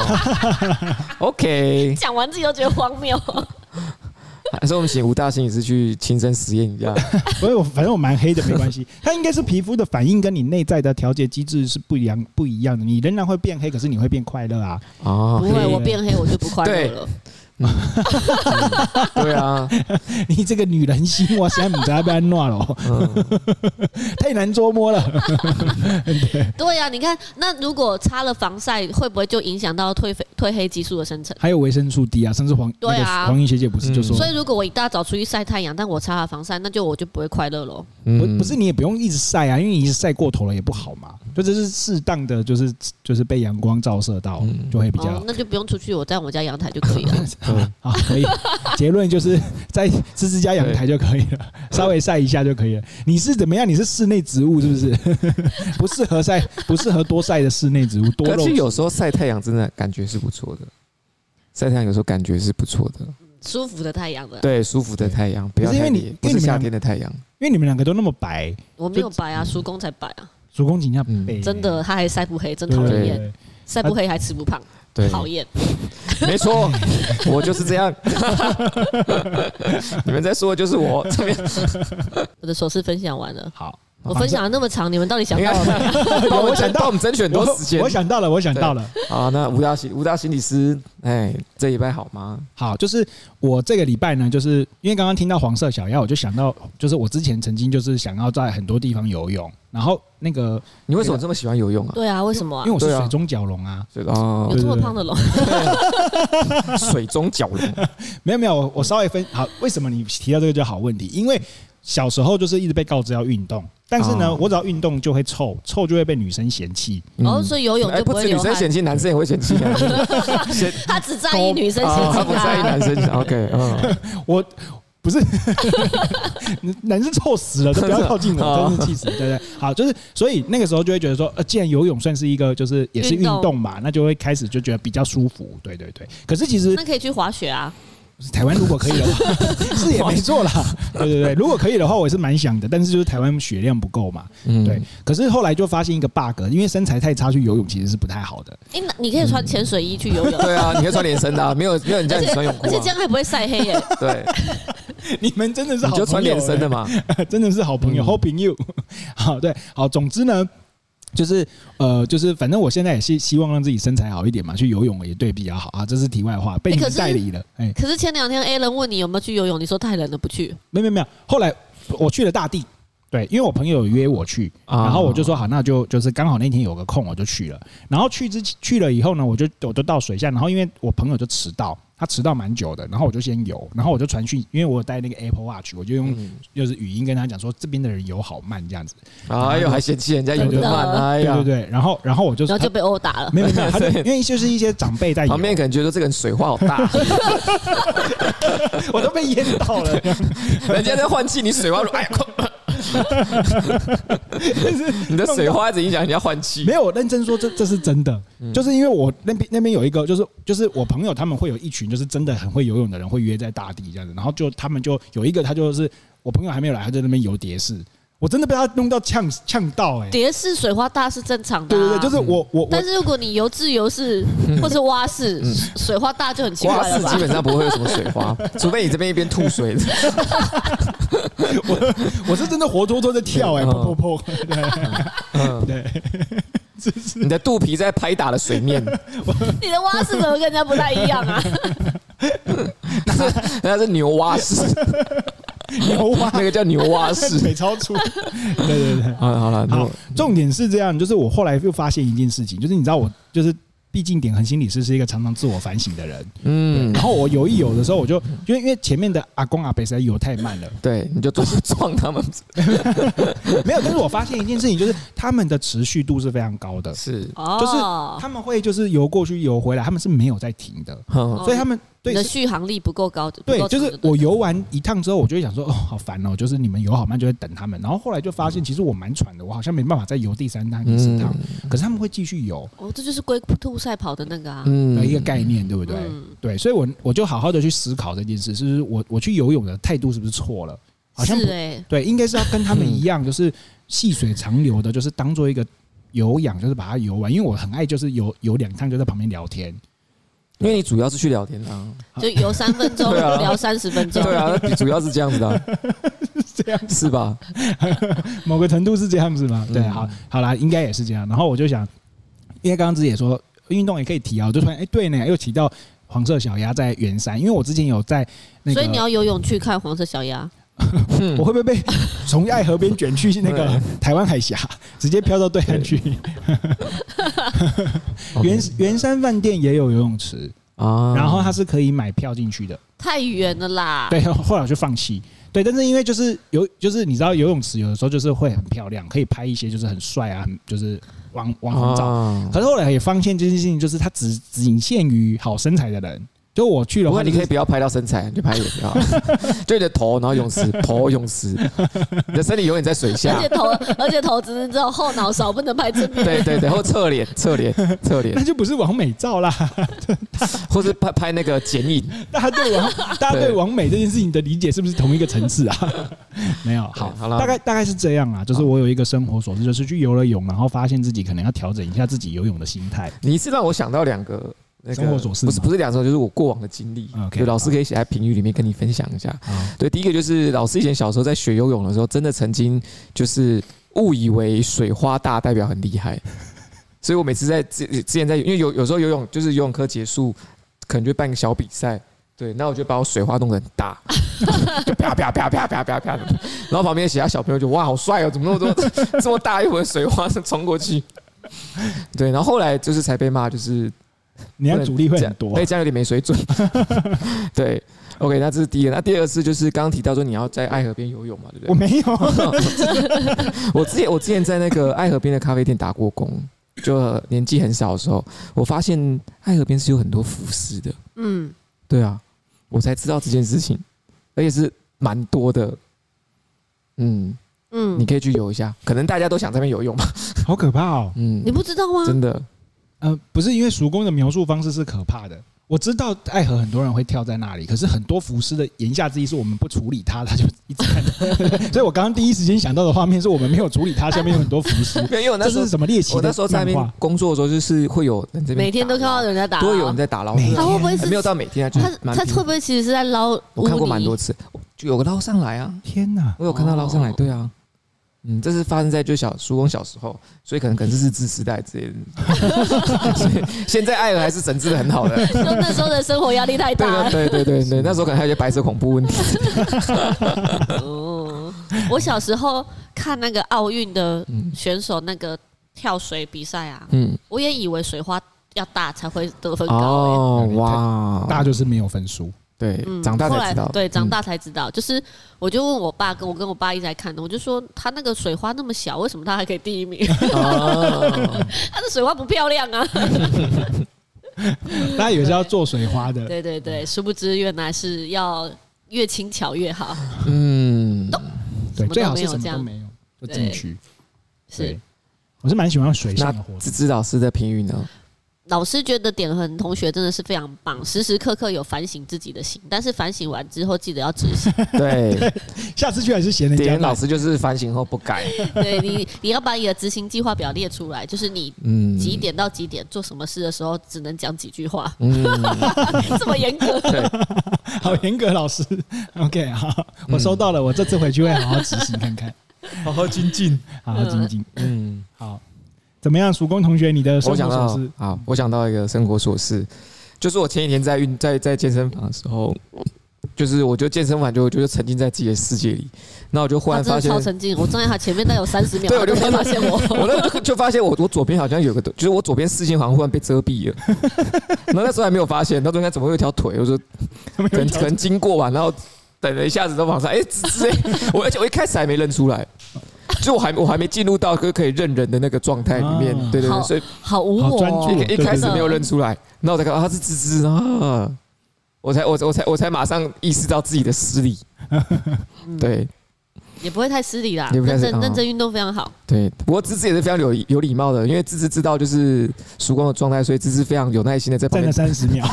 Speaker 4: ，OK，
Speaker 3: 讲完自己都觉得荒谬，
Speaker 2: 哦
Speaker 4: 还是我们请吴大兴也是去亲身实验一下。
Speaker 2: 所以我反正我蛮黑的，没关系。 它应该是皮肤的反应跟你内在的调节机制是不一样不一样的。你仍然会变黑，可是你会变快乐啊。
Speaker 4: 哦
Speaker 3: 不，会，
Speaker 2: 黑
Speaker 3: 我变黑我就不快
Speaker 4: 对
Speaker 3: 乐了。
Speaker 4: 对啊，
Speaker 2: 你这个女人心，我实在不知道被安诺了，
Speaker 4: 嗯，
Speaker 2: 太难捉摸了。
Speaker 3: 对呀、你看，那如果擦了防晒，会不会就影响到褪黑褪黑激素的生成？
Speaker 2: 还有维生素 D 啊，甚至黄
Speaker 3: 对啊嗯
Speaker 2: 那个黄英学姐不是就说，
Speaker 3: 所以，如果我一大早出去晒太阳，但我擦了防晒，那就我就不会快乐喽。
Speaker 4: 嗯
Speaker 2: 不不是你也不用一直晒啊，因为你一直晒过头了也不好嘛。就这是适当的，就是就是被阳光照射到，
Speaker 4: 嗯
Speaker 2: 就会比较
Speaker 3: 哦，那啊就不用出去，我在我家阳台就可 以了。
Speaker 4: 嗯
Speaker 2: 好，啊可以。结论就是在芝芝家阳台就可以了，稍微晒一下就可以了。你是怎么样？你是室内植物是不是？ 不适合晒，不适合多晒的室内植物，多
Speaker 4: 可
Speaker 2: 肉
Speaker 4: 是
Speaker 2: 植
Speaker 4: 有
Speaker 2: 物。
Speaker 4: 时候晒太阳真的感觉是不错的，晒太阳有时候感觉是不错的，
Speaker 3: 舒服的太阳的，
Speaker 4: 对，舒服的太阳，不要
Speaker 2: 可是因
Speaker 4: 太
Speaker 2: 为你
Speaker 4: 烈，
Speaker 2: 因
Speaker 4: 不
Speaker 2: 为
Speaker 4: 是
Speaker 2: 你们
Speaker 4: 夏
Speaker 2: 俩
Speaker 4: 天的太阳。
Speaker 2: 因为你们两个都那么白，
Speaker 3: 我没有白啊，叔公才白啊，
Speaker 2: 主公请假
Speaker 4: 嗯
Speaker 2: 背，
Speaker 3: 真的，他还晒不黑，真
Speaker 2: 对
Speaker 3: 讨
Speaker 2: 对
Speaker 3: 人
Speaker 2: 对
Speaker 3: 厌，
Speaker 2: 对
Speaker 3: 晒不黑还吃不胖，
Speaker 4: 对，
Speaker 3: 讨厌。
Speaker 4: 没 错，我就是这样。 你们在说的就是我这边。
Speaker 3: 我的琐事分享完了，
Speaker 2: 好，
Speaker 4: 哦
Speaker 3: 我分享了那么长，你们到底
Speaker 4: 哎
Speaker 3: 想到了没？
Speaker 4: 帮我想到我们争取很多
Speaker 2: 我
Speaker 4: 时间
Speaker 2: 我想到了，我想到了。
Speaker 4: 啊。那吴大心吴大心理师，哎，这礼拜好吗？
Speaker 2: 好，就是我这个礼拜呢，就是因为刚刚听到黄色小鸭，我就想到，就是我之前曾经就是想要在很多地方游泳，然后那个
Speaker 4: 你为什么这么喜欢游泳啊？
Speaker 3: 对啊，为什么啊
Speaker 2: 因为？我是
Speaker 4: 对啊
Speaker 2: 水中蛟龙啊，
Speaker 4: 水哦
Speaker 3: 有，这么胖的龙？
Speaker 4: 水中蛟 龙，
Speaker 2: 没有没有，我我稍微分好，为什么你提到这个就好问题？因为小时候就是一直被告知要运动，但是呢，
Speaker 4: 哦
Speaker 2: 我只要运动就会臭，臭就会被女生嫌弃，
Speaker 3: 然哦后所以游泳
Speaker 4: 哎，
Speaker 3: 就不
Speaker 4: 不
Speaker 3: 会
Speaker 4: 止女
Speaker 3: 流
Speaker 4: 生
Speaker 3: 汗，
Speaker 4: 嫌弃，男生也会嫌弃 啊。嫌
Speaker 3: 他只在意女生嫌
Speaker 4: 啊，
Speaker 3: 弃啊
Speaker 4: 他不在意男生。OK，嗯，
Speaker 2: 我不是 男生臭死了，都不要靠近我，
Speaker 4: 哦
Speaker 2: 真是啊气死！对对，好，就是所以那个时候就会觉得说，呃，既然游泳算是一个就是也是运
Speaker 3: 运动
Speaker 2: 动嘛，那就会开始就觉得比较舒服，对对对。可是其实
Speaker 3: 那可以去滑雪啊，
Speaker 2: 台湾如果可以的 话，是也没错啦，对对对，如果可以的话，我也是蛮想的，但是就是台湾血量不够嘛，
Speaker 4: 嗯
Speaker 2: 对。可是后来就发现一个 bug，因为身材太差去游泳其实是不太好的，
Speaker 3: 哎，那你可以穿潜水衣去游泳，
Speaker 4: 对啊，你会穿连身的啊，没有没有人叫
Speaker 3: 而
Speaker 4: 你
Speaker 3: 且
Speaker 4: 穿泳裤
Speaker 3: 而且
Speaker 4: 啊
Speaker 3: 这。样还不会晒黑耶。
Speaker 4: 对，
Speaker 2: 你们真的是
Speaker 4: 你
Speaker 2: 好
Speaker 4: 就穿
Speaker 2: 朋友
Speaker 4: 连身
Speaker 2: 欸
Speaker 4: 的嘛。
Speaker 2: 真的是好朋友，
Speaker 4: 嗯
Speaker 2: 好朋友。 好，对，好，总之呢。就是呃，就是反正我现在也是希望让自己身材好一点嘛，去游泳也对比较好啊。这是题外话，被
Speaker 3: 欸
Speaker 2: 你们
Speaker 3: 可是
Speaker 2: 代理了。哎、
Speaker 3: 可是前两天 Alan 问你有没有去游泳，你说太冷了不去。
Speaker 2: 没有没有没有。后来我去了大地，对，因为我朋友有约我去，
Speaker 4: 啊
Speaker 2: 然后我就说好，那就就是刚好那天有个空，我就去了。然后去之前去了以后呢，我就我就到水下，然后因为我朋友就迟到，他迟到蛮久的，然后我就先游，然后我就传讯，因为我有带那个 Apple Watch，我就用
Speaker 4: 嗯
Speaker 2: 就是语音跟他讲说这边的人游好慢这样子。
Speaker 4: 哎呦，还嫌弃人家游得慢，哎
Speaker 2: 对
Speaker 4: 呀
Speaker 2: 对，对，然后然后我就
Speaker 3: 然后就
Speaker 2: 他
Speaker 3: 被殴打了。
Speaker 2: 没有没有，他就 因为就是一些长辈在游
Speaker 4: 旁边可能觉得这个人水花好大，
Speaker 2: 我都被淹到了，
Speaker 4: 人家在换气，你水花，哎呀， 你的水花一直影响人家换气
Speaker 2: 没。有我认真说这这是真的，
Speaker 4: 嗯
Speaker 2: 就是因为我那边那边有一个就是就是我朋友他们会有一群就是真的很会游泳的人会约在大地这样子，然后就他们就有一个他就是我朋友还没有来，他在那边游蝶式，我真的被他弄到呛呛到哎、欸，
Speaker 3: 蝶式水花大是正常的、
Speaker 2: 对对
Speaker 3: 啊，
Speaker 2: 对，就是我我嗯我
Speaker 3: 但是如果你游自 由式或是蛙式，水花大就很奇怪
Speaker 4: 花
Speaker 3: 了
Speaker 4: 式
Speaker 3: 吧
Speaker 4: 基？本上不会有什么水花， 除非你这边一边吐水。
Speaker 2: 我是真的活脱脱的跳哎、欸，
Speaker 4: 嗯
Speaker 2: 砰砰砰，
Speaker 4: 嗯，
Speaker 2: 对，
Speaker 4: 你的肚皮在拍打了水面，
Speaker 3: 你的蛙式怎么跟人家不太一样啊？
Speaker 4: 那是那是牛 蛙式，
Speaker 2: 牛蛙
Speaker 4: 那个叫牛蛙
Speaker 2: 腿
Speaker 4: 式。
Speaker 2: 超粗，对对对。
Speaker 4: 好了好了，那
Speaker 2: 好
Speaker 4: 我，
Speaker 2: 重点是这样，就是我后来又发现一件事情，就是你知道我就是。毕竟点恒心理师是一个常常自我反省的人，
Speaker 4: 嗯，
Speaker 2: 然后我游一游的时候，我就因为因为前面的阿公阿伯实在游太慢了，
Speaker 4: 对，你就撞撞他们
Speaker 2: 没有。但是我发现一件事情，就是他们的持续度是非常高的，
Speaker 4: 是，
Speaker 2: 就是
Speaker 3: 哦，
Speaker 2: 他们会就是游过去游回来，他们是没有在停的，
Speaker 4: 嗯
Speaker 2: 所以他们对
Speaker 3: 哦你的续航力不够高，不
Speaker 2: 对
Speaker 3: 够，
Speaker 2: 就
Speaker 3: 长
Speaker 2: 是我游完一趟之后，我就会想说，哦，好烦哦，就是你们游好慢，就会等他们。然后后来就发现，其实我蛮喘的，我好像没办法再游第三趟、第四
Speaker 4: 嗯
Speaker 2: 趟，可是他们会继续游
Speaker 3: 哦，这就是龟兔赛跑的那个啊，
Speaker 2: 的一个
Speaker 4: 嗯，
Speaker 2: 概念，对不对？
Speaker 3: 嗯
Speaker 2: 对，所以我我就好好的去思考这件事，是不是我我去游泳的态度是不是错了？好像不
Speaker 3: 是哎、
Speaker 2: 对，应该是要跟 他们一样，就是细水长流的，就是当做一个有氧，就是把它游完。因为我很爱，就是游游两趟就在旁边聊天。
Speaker 4: 因为你主要是去聊天的啊，
Speaker 3: 就游三分 钟，
Speaker 4: 对啊
Speaker 3: 聊三十分钟，
Speaker 4: 对啊，主要是这样子的啊，
Speaker 2: 这样
Speaker 4: 是吧？
Speaker 2: 某个程度是这样子吗？
Speaker 4: 嗯
Speaker 2: 对，好，好啦，应该也是这样。然后我就想，因为刚刚自己也说运动也可以提啊，我就突然哎、对呢，又提到黄色小鸭在圆山，因为我之前有在那个，嗯
Speaker 3: 所以你要游泳去看黄色小鸭，
Speaker 2: 我会不会 被从爱河边卷去那个台湾海峡，直接飘到对岸 去？圆圆山饭店也有游泳池，
Speaker 4: 啊
Speaker 2: 然后它是可以买票进去的。
Speaker 3: 太远了啦。
Speaker 2: 对， 后来我就放弃。对，但是因为就是游，就是你知道游泳池有的时候就是会很漂亮，可以拍一些就是很帅啊，很就是网网红照。
Speaker 4: 啊
Speaker 2: 可是后来也发现这件事情，就是它只仅限于好身材的人。就我去了
Speaker 4: 不
Speaker 2: 话
Speaker 4: 过
Speaker 2: 就
Speaker 4: 你
Speaker 2: 是，
Speaker 4: 可以不要拍到身材，啊你就拍脸就好了，就你的头，然后泳池，头泳池，你的身体永远在水
Speaker 3: 而
Speaker 4: 下
Speaker 3: 且。头，而且头只能只有后脑勺，不能拍正 面。
Speaker 4: 对对对，或侧脸、侧脸、侧脸
Speaker 2: 那，就不是完美照啦。
Speaker 4: 或是拍拍那个剪影，
Speaker 2: 大家对完大家对完美这件事情的理解是不是同一个层次啊？ 没有，好，
Speaker 4: 好啦
Speaker 2: 大概大概是这样啊。就是
Speaker 4: 好
Speaker 2: 我有一个生活琐事，就是去游了泳，然后发现自己可能要调整一下自己游泳的心态。
Speaker 4: 你是让我想到两个那
Speaker 2: 生活
Speaker 4: 个，
Speaker 2: 琐事吗
Speaker 4: 不是不是两种，就是我过往的经历。
Speaker 2: OK，
Speaker 4: 对，老师可以写在评语里面跟你分享一下。
Speaker 2: 啊，
Speaker 4: 对，第一个就是老师以前小时候在学游泳的时候，真的曾经就是误以为水花大代表很厉害，所以我每次在之之前在因为有有时候游泳就是游泳课结束，可能就办个小比赛，对，那我就把我水花弄得很大，就啪啪啪啪啪啪啪的，然后旁边其他小朋友就哇好帅哦，怎么那么多这么大一盆水花冲过去？对，然后后来就是才被骂，就是
Speaker 2: 你看阻力会很 多
Speaker 4: 对，。这样有点没水准。啊对，OK，那这是第一个。那第二个是就是刚刚提到说你要在爱河边游泳嘛，对不
Speaker 2: 我
Speaker 4: 对？
Speaker 2: 没有，
Speaker 4: 我之 前我之前在那个爱河边的咖啡店打过工，就年纪很小的时候，我发现爱河边是有很多浮尸的。
Speaker 3: 嗯，
Speaker 4: 对啊，我才知道这件事情，而且是蛮多的。嗯，
Speaker 3: 嗯
Speaker 4: 你，可以去游一下，可能大家都想在那边游泳吧。
Speaker 2: 好可怕哦。
Speaker 4: 嗯
Speaker 3: 你，不知道吗？
Speaker 4: 真的，
Speaker 2: 呃，不是因为叔公的描述方式是可怕的。我知道爱河很多人会跳在那里，可是很多浮尸的言下之意是我们不处理它，它就一直看 着。所以我刚刚第一时间想到的画面是我们没有处理它，下面有很多浮尸。
Speaker 4: 没有，因为我 那
Speaker 2: 这
Speaker 4: 时候
Speaker 2: 是什么猎奇
Speaker 4: 我
Speaker 2: 的
Speaker 4: 那时候在
Speaker 2: 漫
Speaker 4: 那边
Speaker 2: 画
Speaker 4: 工作的时候，就是会有人这边啊
Speaker 3: 每天都看到
Speaker 4: 人，
Speaker 3: 人家打，啊
Speaker 4: 都会有人在打捞，
Speaker 2: 每
Speaker 3: 他啊会不会是
Speaker 4: 没有到每天啊，就
Speaker 3: 他
Speaker 4: 是蛮
Speaker 3: 他
Speaker 4: 频
Speaker 3: 会不会其实是在捞污泥？
Speaker 4: 我看过蛮多次，就有个捞上来啊，
Speaker 2: 天哪！
Speaker 4: 我有看到捞上来，
Speaker 3: 哦
Speaker 4: 对啊，嗯，这是发生在就小叔公小时候，所以可能可能是日治时代之类的， 所以现在爱尔还是整治的很好的，
Speaker 3: 就 那时候的生活压力太大了
Speaker 4: 对。啊对对对对对，那时候可能还有一些白色恐怖 问题，
Speaker 3: 哦，我小时候看那个奥运的
Speaker 4: 嗯
Speaker 3: 选手那个跳水比赛啊，
Speaker 4: 嗯，
Speaker 3: 我也以为水花要大才会得分高、欸。
Speaker 4: 哦
Speaker 2: 对
Speaker 4: 哇，
Speaker 2: 大就是没有分数，
Speaker 4: 对
Speaker 3: 嗯，，
Speaker 4: 长大
Speaker 3: 后
Speaker 4: 才
Speaker 3: 来
Speaker 4: 知道，
Speaker 3: 对，
Speaker 4: 嗯
Speaker 3: 长大才知道，就是我就问我爸，跟我跟我爸一起来看的，我就说他那个水花那么小，为什么他还可以第一名？
Speaker 4: 哦
Speaker 3: 他的水花不漂亮啊！
Speaker 2: 大家以为是要做水花的。
Speaker 3: 对对对，殊不知原来是要越轻巧越好，
Speaker 4: 嗯，
Speaker 2: 对，
Speaker 3: 什么都
Speaker 2: 最好
Speaker 3: 没
Speaker 2: 是
Speaker 3: 有
Speaker 2: 什么
Speaker 3: 这
Speaker 2: 都
Speaker 3: 样
Speaker 2: 没有，就
Speaker 3: 对
Speaker 2: 进去。
Speaker 3: 是
Speaker 2: 对。我是蛮喜欢水
Speaker 4: 那
Speaker 2: 上的活动
Speaker 4: 芝。芝老师的评语呢？
Speaker 3: 老师觉得点恒同学真的是非常
Speaker 4: 嗯
Speaker 3: 棒，时时刻刻有反省自己的心，但是反省完之后记得要执 行。
Speaker 4: 对，
Speaker 2: 下次去还是嫌人
Speaker 4: 点
Speaker 2: 家
Speaker 4: 人老
Speaker 2: 老
Speaker 4: 师就是反省后不 改，
Speaker 3: 对你，你要把你的执行计划表列出来，就是你
Speaker 4: 嗯，，
Speaker 3: 几点到几点做什么事的时候，只能讲几句话
Speaker 4: 嗯。
Speaker 3: 这么严格。
Speaker 2: 好严格，老师。OK，好，我收到了，我这次回去会好好执行看看，
Speaker 4: 好好精进。
Speaker 2: 好好精进。
Speaker 4: 嗯，
Speaker 2: 好，怎么样，曙光同学，你呃的生
Speaker 4: 我
Speaker 2: 活
Speaker 4: 想
Speaker 2: 琐
Speaker 4: 到
Speaker 2: 事？
Speaker 4: 好，我想到一个生活琐事，就是我前几天在运在在健身房的时候，就是我就健身房就就是沉浸在自己的世界里，那我就 忽
Speaker 3: 他
Speaker 4: 然
Speaker 3: 啊真
Speaker 4: 发
Speaker 3: 的
Speaker 4: 现
Speaker 3: 超，沉浸，我站在他前面大概有三十秒，
Speaker 4: 对
Speaker 3: 他
Speaker 4: 我
Speaker 3: 都
Speaker 4: 就
Speaker 3: 没发现 我。
Speaker 4: 我那就就发现我我左边好像有个，就是我左边视线好像忽然被遮蔽了， 然后那时候还没有发现，那时候应该怎么会有一条腿？我说
Speaker 2: 怎么
Speaker 4: 可
Speaker 2: 有
Speaker 4: 能
Speaker 2: 一
Speaker 4: 可
Speaker 2: 条
Speaker 4: 能经过吧，然后等了一下子都往上，哎、吱吱哎，我而且我一开始还没认出来。就我还我还没进入到可可以认人的那个状态里面
Speaker 2: 啊，
Speaker 4: 对对
Speaker 3: 好
Speaker 4: 对，所以
Speaker 3: 好无我、
Speaker 2: 好专
Speaker 3: 哦
Speaker 2: 注，
Speaker 4: 一一开始没有
Speaker 3: 真的
Speaker 4: 认出来，那我才看到他是芝芝啊，我才我才我才我才马上意识到自己的失礼。对
Speaker 3: 也不会太失礼啦。
Speaker 4: 也不太
Speaker 3: 认
Speaker 4: 失
Speaker 3: 真
Speaker 4: 哦
Speaker 3: 认真运动非常好，
Speaker 4: 对，不过芝芝也是非常有有礼貌的，因为芝芝知道就是曙光的状态，所以芝芝非常有耐心的在旁
Speaker 2: 站了
Speaker 4: 边。
Speaker 2: 三十秒，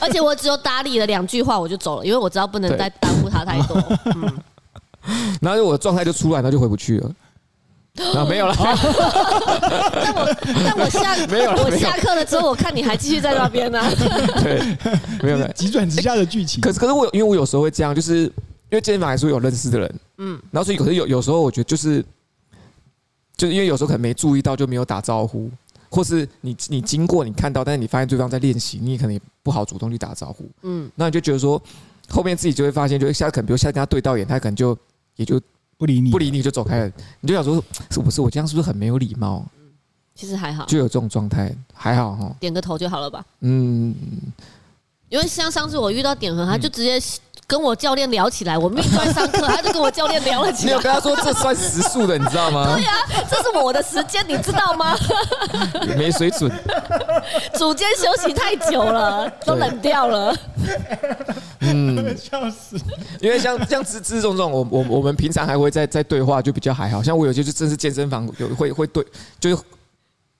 Speaker 3: 而且我只有搭理了两句话我就走了，因为我知道不能
Speaker 4: 对
Speaker 3: 再耽误他太 多。嗯，
Speaker 4: 然后我的状态就出来，然后就回不去了。啊，没有了，
Speaker 3: 但我但我下
Speaker 4: 没有了
Speaker 3: 我
Speaker 4: 没有
Speaker 3: 下课了之后，我看你还继续在那边啊呢、
Speaker 4: 对，哎没有没有。
Speaker 2: 急转直下的
Speaker 3: 嗯
Speaker 2: 剧情
Speaker 4: 可。是可是我有因为我有时候会这样，就是因为健身房还是会有认识的人，
Speaker 3: 嗯，
Speaker 4: 然后所以可是有有时候我觉得就是，就是因为有时候可能没注意到就没有打招呼，或是你你经过你看到，但是你发现对方在练习，你可能也不好主动去打招呼，
Speaker 3: 嗯，
Speaker 4: 那你就觉得说后面自己就会发现，就会下可能比如下次跟他对到眼，他可能就也就
Speaker 2: 不理你，
Speaker 4: 不理你就走开了，你就想说是不是我这样是不是很没有礼貌？
Speaker 3: 其实还好，
Speaker 4: 就有这种状态，还好哈，
Speaker 3: 点个头就好了吧。
Speaker 4: 嗯，
Speaker 3: 因为像上次我遇到点恒，他就直接跟我教练聊起来，我明明就在上课，他就跟我教练聊了起
Speaker 4: 你有
Speaker 3: 来。
Speaker 4: 跟他说这算时速的，你知道吗？
Speaker 3: 这是我的时间，你知道 吗？
Speaker 4: 没水准。
Speaker 3: 组间休息太久了，都冷掉了。
Speaker 4: 嗯
Speaker 2: 笑死。
Speaker 4: 因为像像芝芝这种这种，我我我们平常还会在在对话，就比较还好。像我有些就真是健身房有会会对，就是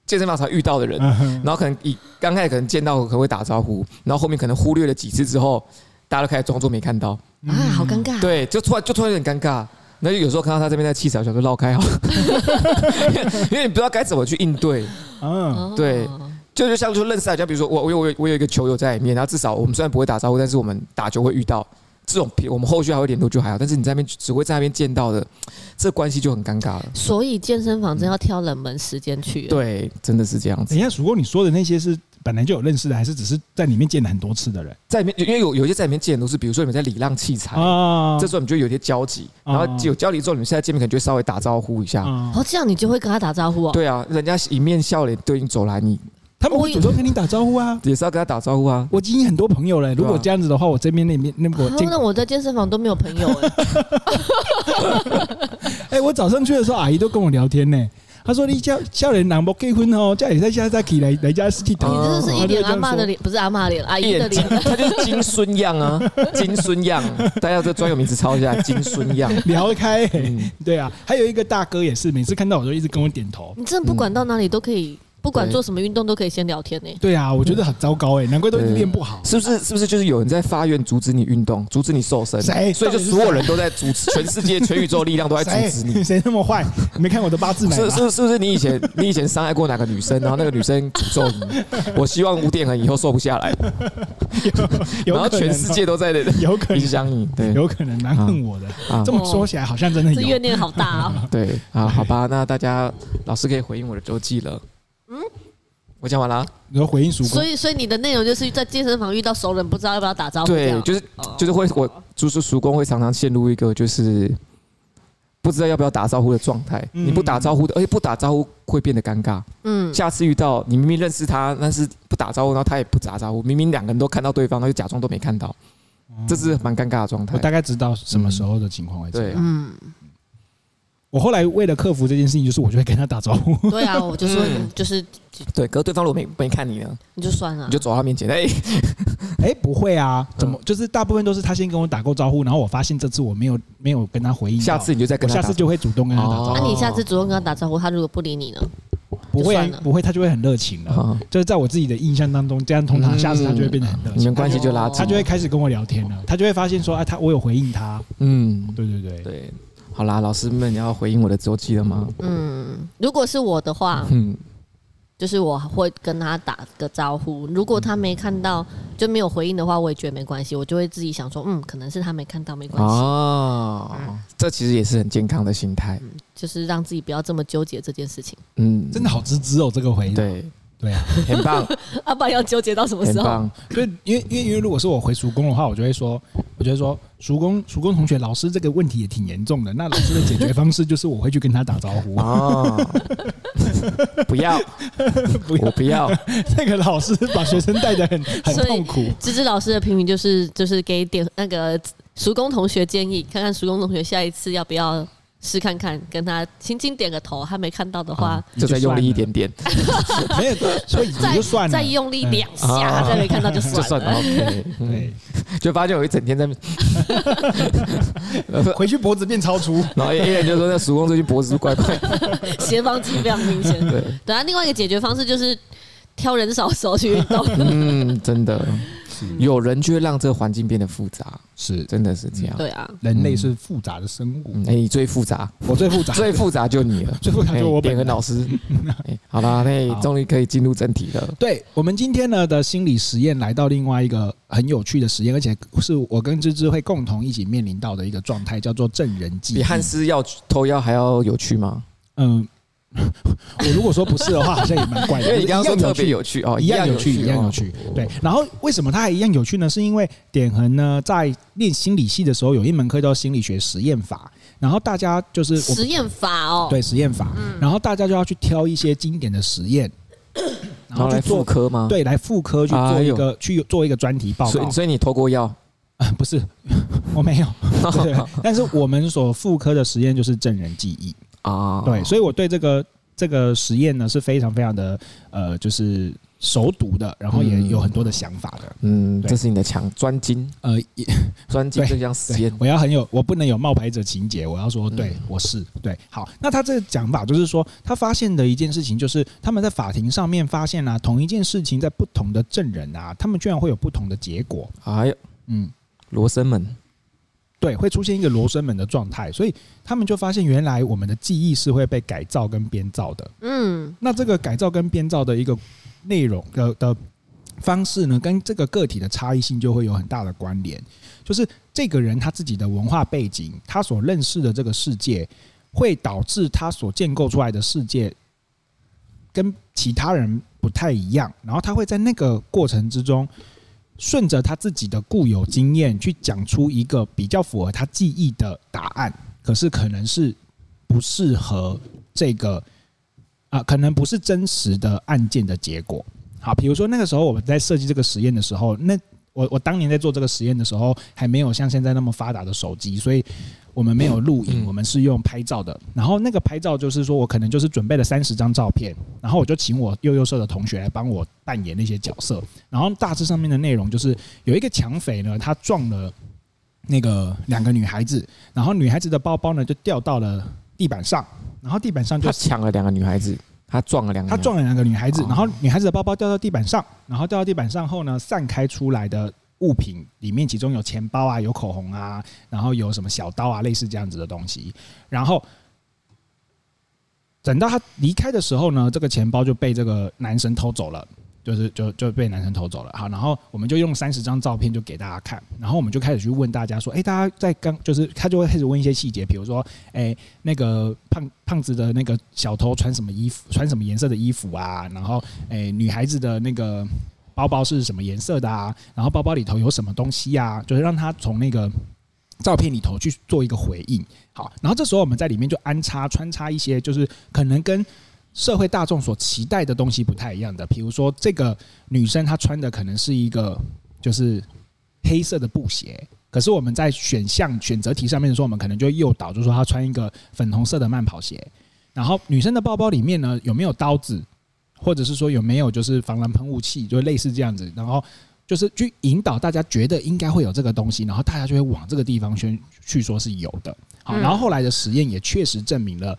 Speaker 4: 健身房才遇到的人，
Speaker 2: 嗯
Speaker 4: 然后可能一刚开始可能见到可能会打招呼，然后后面可能忽略了几次之后，大家都开始装作没看到，
Speaker 3: 啊，好尴尬。
Speaker 4: 嗯对，就突然就突然有点尴尬。那就有时候看到他这边在气场，想说绕开好了， 因为因为你不知道该怎么去应对。
Speaker 2: 嗯，
Speaker 3: 哦
Speaker 4: 对就就像就认识大家，比如说我我有我有我有一个球友在里面，然后至少我们虽然不会打招呼，但是我们打球会遇到，这种我们后续还会联络就还好，但是你在那边只会在那边见到的，这关系就很尴尬了。
Speaker 3: 所以健身房真要挑冷门时间去。，啊
Speaker 4: 对，哎真的是这样子
Speaker 2: 等。一下，如果你说的那些是本来就有认识的，还是只是在里面见了很多次的人
Speaker 4: 在里面，因为有有一些在里面见的都是，比如说你们在礼让器材，
Speaker 2: 啊？
Speaker 4: 哎这时候你就有些交集，然后有交集之后，你们现在见面可能就会稍微打招呼一下。
Speaker 2: 啊
Speaker 3: 哦，这样你就会跟他打招呼哦。
Speaker 4: 对啊，人家一面笑脸对你走来，你
Speaker 2: 他们会主动跟你打招呼啊。
Speaker 4: 也是要跟他打招呼啊。
Speaker 2: 我已经很多朋友了，如果这样子的话，我这边那边那
Speaker 3: 啊
Speaker 2: 我见
Speaker 3: 那我在健身房都没有朋 友
Speaker 4: 哦
Speaker 3: 哎，
Speaker 2: 哎、我早上去的时候，阿姨都跟我聊天呢。她说：“你叫叫人男不结婚哦，叫你在家再起来来家是去
Speaker 3: 你
Speaker 4: 哦
Speaker 3: 真的是一脸阿妈的
Speaker 2: 脸。
Speaker 3: 脸，不是阿妈脸，阿
Speaker 4: 一
Speaker 3: 姨的
Speaker 4: 哎眼金，
Speaker 3: 脸。
Speaker 4: 他就是金孙样啊，金孙 样，大家这专有名词抄一下，金孙样。
Speaker 2: 聊开、欸，
Speaker 4: 嗯，
Speaker 2: 对啊，还有一个大哥也是，每次看到我都一直跟我点头。
Speaker 3: 你真的不管到哪里都可以，不管
Speaker 4: 对
Speaker 3: 做什么运动都可以先聊天呢。欸
Speaker 2: 对啊，我觉得很糟糕
Speaker 4: 嗯
Speaker 2: 哎、难怪都一直练不好。
Speaker 4: 是不是是不是就是有人在发愿阻止你运动，阻止你瘦身？
Speaker 2: 谁
Speaker 4: 所以就
Speaker 2: 到底是
Speaker 4: 所有人都在阻 止，全世界全宇宙力量都在阻止你
Speaker 2: 谁。谁那么坏？你没看我的八字奶
Speaker 4: 是
Speaker 2: 吗？
Speaker 4: 是是不是你以前 你以前伤害过哪个女生，然后那个女生诅 咒你？我希望吴点恒以后瘦不下来，
Speaker 2: 有
Speaker 4: 然后
Speaker 2: 可能、哦
Speaker 4: 全世界都嗯在
Speaker 2: 有可
Speaker 4: 影
Speaker 2: 能，
Speaker 4: 响你。对
Speaker 2: 有可能蛮恨我的。
Speaker 4: 啊
Speaker 2: 这，么说起来，好像真的
Speaker 4: 哎
Speaker 3: 这
Speaker 2: 有
Speaker 3: 怨。念好大哦。
Speaker 4: 对啊，好吧，那大家老师可以回应我的周记了。嗯，我讲完了啊。
Speaker 2: 你说回应曙
Speaker 3: 所
Speaker 2: 光，
Speaker 3: 以，所以你的内容就是在健身房遇到熟人，不知道要不要打招呼这
Speaker 4: 对
Speaker 3: 样，。
Speaker 4: 就是
Speaker 3: 哦
Speaker 4: 就是会我就是叔公会常常陷入一个就是不知道要不要打招呼的状态。
Speaker 2: 嗯
Speaker 4: 你不打招呼的，而且不打招呼会变得尴尬。
Speaker 3: 嗯，
Speaker 4: 下次遇到你明明认识他，但是不打招呼，然后他也不打招呼，明明两个人都看到对方，他就假装都没看到，这是蛮尴尬的状态
Speaker 2: 我。大概知道什么时候的情况会这
Speaker 4: 对
Speaker 2: 样。
Speaker 4: 啊，
Speaker 3: 嗯，
Speaker 2: 我后来为了克服这件事情，就是我就会跟他打招呼。
Speaker 3: 对啊，我就说
Speaker 4: 嗯
Speaker 3: 就是
Speaker 4: 对，可是对方如果没没看你呢，
Speaker 3: 你就算了
Speaker 4: 你就，走到他面前，哎，
Speaker 2: 哎、不会啊，
Speaker 4: 嗯
Speaker 2: 怎么、就是大部分都是他先跟我打过招呼，然后我发现这次我没有没有跟他回应到，
Speaker 4: 下次你就再
Speaker 2: 我
Speaker 4: 跟他
Speaker 2: 下
Speaker 4: 打招
Speaker 2: 次
Speaker 4: 呼。
Speaker 2: 就会主动跟他打招呼，
Speaker 4: 哦
Speaker 3: 那啊你下次主动跟他打招呼，他如果不理你呢？
Speaker 2: 不会啊
Speaker 3: 就算了
Speaker 2: 不会，他就会很热情了。
Speaker 4: 啊，
Speaker 2: 就是嗯在我自己的印象当中，这样通常
Speaker 4: 嗯
Speaker 2: 下次他就会变得很热
Speaker 4: 你
Speaker 2: 情，
Speaker 4: 们关系就拉近
Speaker 2: 他
Speaker 4: 了，
Speaker 2: 就会开始跟我聊天了，他就会发现说，啊，他我有回应他，
Speaker 4: 嗯，
Speaker 2: 对对对，
Speaker 4: 对，好啦，老师们，你要回应我的周记了吗？
Speaker 3: 嗯，如果是我的话，
Speaker 4: 嗯，
Speaker 3: 就是我会跟他打个招呼。如果他没看到就没有回应的话，我也觉得没关系，我就会自己想说，嗯，可能是他没看到，没关系，
Speaker 4: 哦，这其实也是很健康的心态。
Speaker 3: 就是让自己不要这么纠结这件事情。
Speaker 4: 嗯，
Speaker 2: 真的好直直哦，这个回应，
Speaker 4: 对，
Speaker 2: 对啊，
Speaker 4: 很 棒，
Speaker 3: 啊，不然要纠结到什么
Speaker 4: 很
Speaker 3: 时候？
Speaker 4: 棒。
Speaker 2: 对，因为因为因为如果是我回叔公的话，我就会说，我就会说，叔公叔公同学，老师这个问题也挺严重的，那老师的解决方式就是我会去跟他打招呼，
Speaker 4: 哦，不要，
Speaker 2: 不要
Speaker 4: 我不要。
Speaker 2: 那个老师把学生带得 很很
Speaker 3: 所以
Speaker 2: 痛苦。
Speaker 3: 芝芝老师的评语就是就是给点那个呃叔公同学建议，看看叔公同学下一次要不要试看看，跟他轻轻点个头，他没看到的话，
Speaker 4: 就再用力一点点，
Speaker 2: 没有，所以
Speaker 3: 再
Speaker 2: 啊你就算了，
Speaker 3: 再 用力两下，
Speaker 4: 啊
Speaker 3: 再没看到就
Speaker 4: 就
Speaker 3: 算
Speaker 4: 算了。
Speaker 3: 了。
Speaker 4: OK，
Speaker 2: 对
Speaker 4: 嗯，，就发现我一整天在那边，
Speaker 2: 回去脖子变超粗，
Speaker 4: 然后 A 人就说：“那曙光最近脖子怪怪。
Speaker 3: 斜方肌非常明显”。
Speaker 4: 对，
Speaker 3: 对啊，另外一个解决方式就是挑人少的时候去 运动。
Speaker 4: 嗯，真的，有人就会让这个环境变得复杂，
Speaker 2: 是
Speaker 4: 真的是这样。
Speaker 3: 对啊，
Speaker 2: 人类是复杂的生物，
Speaker 4: 嗯，哎，你最复 杂，
Speaker 2: 我最复杂，
Speaker 4: 最复杂就你了，
Speaker 2: 最复杂就是我
Speaker 4: 哎点
Speaker 2: 本
Speaker 4: 个
Speaker 2: 人。
Speaker 4: 老师。哎好啦，那
Speaker 2: 好
Speaker 4: 终于可以进入正题了。
Speaker 2: 对我们今天呢的心理实验，来到另外一个很有趣的实验，而且是我跟芝芝会共同一起面临到的一个状态，叫做证人记
Speaker 4: 比
Speaker 2: 忆。
Speaker 4: 汉斯要偷药还要有趣吗？
Speaker 2: 嗯， 我如果说不是的话，好像也蛮怪的，
Speaker 4: 因为你刚刚
Speaker 2: 一
Speaker 4: 说
Speaker 2: 样有趣
Speaker 4: 特别有趣哦，
Speaker 2: 一样有趣，一样有
Speaker 4: 哦
Speaker 2: 趣。对，然后为什么它还一样有趣呢？是因为点恒呢在练心理系的时候，有一门课叫心理学实验法，然后大家就是我
Speaker 3: 实验法哦。
Speaker 2: 对实验法，然后大家就要去挑一些经典的实验，然
Speaker 4: 然后
Speaker 2: 后去
Speaker 4: 哦来
Speaker 2: 做
Speaker 4: 妇。科吗？，
Speaker 2: 对，来妇科去做
Speaker 4: 哎
Speaker 2: 一
Speaker 4: 呦
Speaker 2: 个、去做一个专题报
Speaker 4: 所
Speaker 2: 告
Speaker 4: 以所以你偷过药，
Speaker 2: 啊， 不是，我没有，对但是我们所妇科的实验就是证人记忆，
Speaker 4: 啊，
Speaker 2: 对，所以我对这个这个实验呢是非常非常的呃，就是熟读的，然后也
Speaker 4: 嗯
Speaker 2: 有很多的想法的，
Speaker 4: 嗯，
Speaker 2: 对
Speaker 4: 这是你的强专精，
Speaker 2: 呃，也
Speaker 4: 专精
Speaker 2: 对
Speaker 4: 这项实
Speaker 2: 对
Speaker 4: 验，
Speaker 2: 我要很有，我不能有冒牌者情节，我要说
Speaker 4: 嗯
Speaker 2: 对、我是对。好，那他这个讲法就是说，他发现的一件事情就是，他们在法庭上面发现啊，同一件事情在不同的证人啊，他们居然会有不同的结果。
Speaker 4: 哎呦，
Speaker 2: 嗯，
Speaker 4: 罗生门，
Speaker 2: 对，会出现一个罗生门的状态，所以他们就发现原来我们的记忆是会被改造跟编造的。
Speaker 3: 嗯，
Speaker 2: 那这个改造跟编造的一个内容的的方式呢，跟这个个体的差异性就会有很大的关联。就是这个人他自己的文化背景，他所认识的这个世界，会导致他所建构出来的世界跟其他人不太一样，然后他会在那个过程之中。顺着他自己的固有经验去讲出一个比较符合他记忆的答案，可是可能是不适合这个啊、可能不是真实的案件的结果。好，比如说那个时候我们在设计这个实验的时候，那我我当年在做这个实验的时候，还没有像现在那么发达的手机，所以我们没有录影，
Speaker 4: 嗯
Speaker 2: 我们是用拍照的。然后那个拍照就是说我可能就是准备了三十张照片，然后我就请我幼幼社的同学来帮我扮演那些角色。然后大致上面的内容就是有一个抢匪呢，他撞了那个两个女孩子，然后女孩子的包包呢就掉到了地板上，然后地板上就
Speaker 4: 他抢了两个女孩子，他撞了两个，
Speaker 2: 他撞，了两个女孩子
Speaker 4: 哦，
Speaker 2: 然后女孩子的包包掉到地板上，然后掉到地板上后呢，散开出来的物品里面，其中有钱包啊，有口红啊，然后有什么小刀啊，类似这样子的东西。然后等到他离开的时候呢，这个钱包就被这个男生偷走了。就是就就被男生偷走了，好，然后我们就用三十张照片就给大家看，然后我们就开始去问大家说，哎、大家在刚就是他就会开始问一些细节，比如说，哎、那个胖胖子的那个小偷穿什么衣服，穿什么颜色的衣服啊？然后，诶、女孩子的那个包包是什么颜色的啊？然后包包里头有什么东西啊？就是让他从那个照片里头去做一个回应。好，然后这时候我们在里面就安插穿插一些，就是可能跟社会大众所期待的东西不太一样的，比如说这个女生她穿的可能是一个就是黑色的布鞋。可是我们在选项选择题上面的时候，我们可能就会诱导，就是说她穿一个粉红色的慢跑鞋。然后女生的包包里面呢有没有刀子，或者是说有没有就是防狼喷雾器，就类似这样子。然后就是去引导大家觉得应该会有这个东西，然后大家就会往这个地方去去说是有的。好，
Speaker 3: 嗯
Speaker 2: 然后后来的实验也确实证明了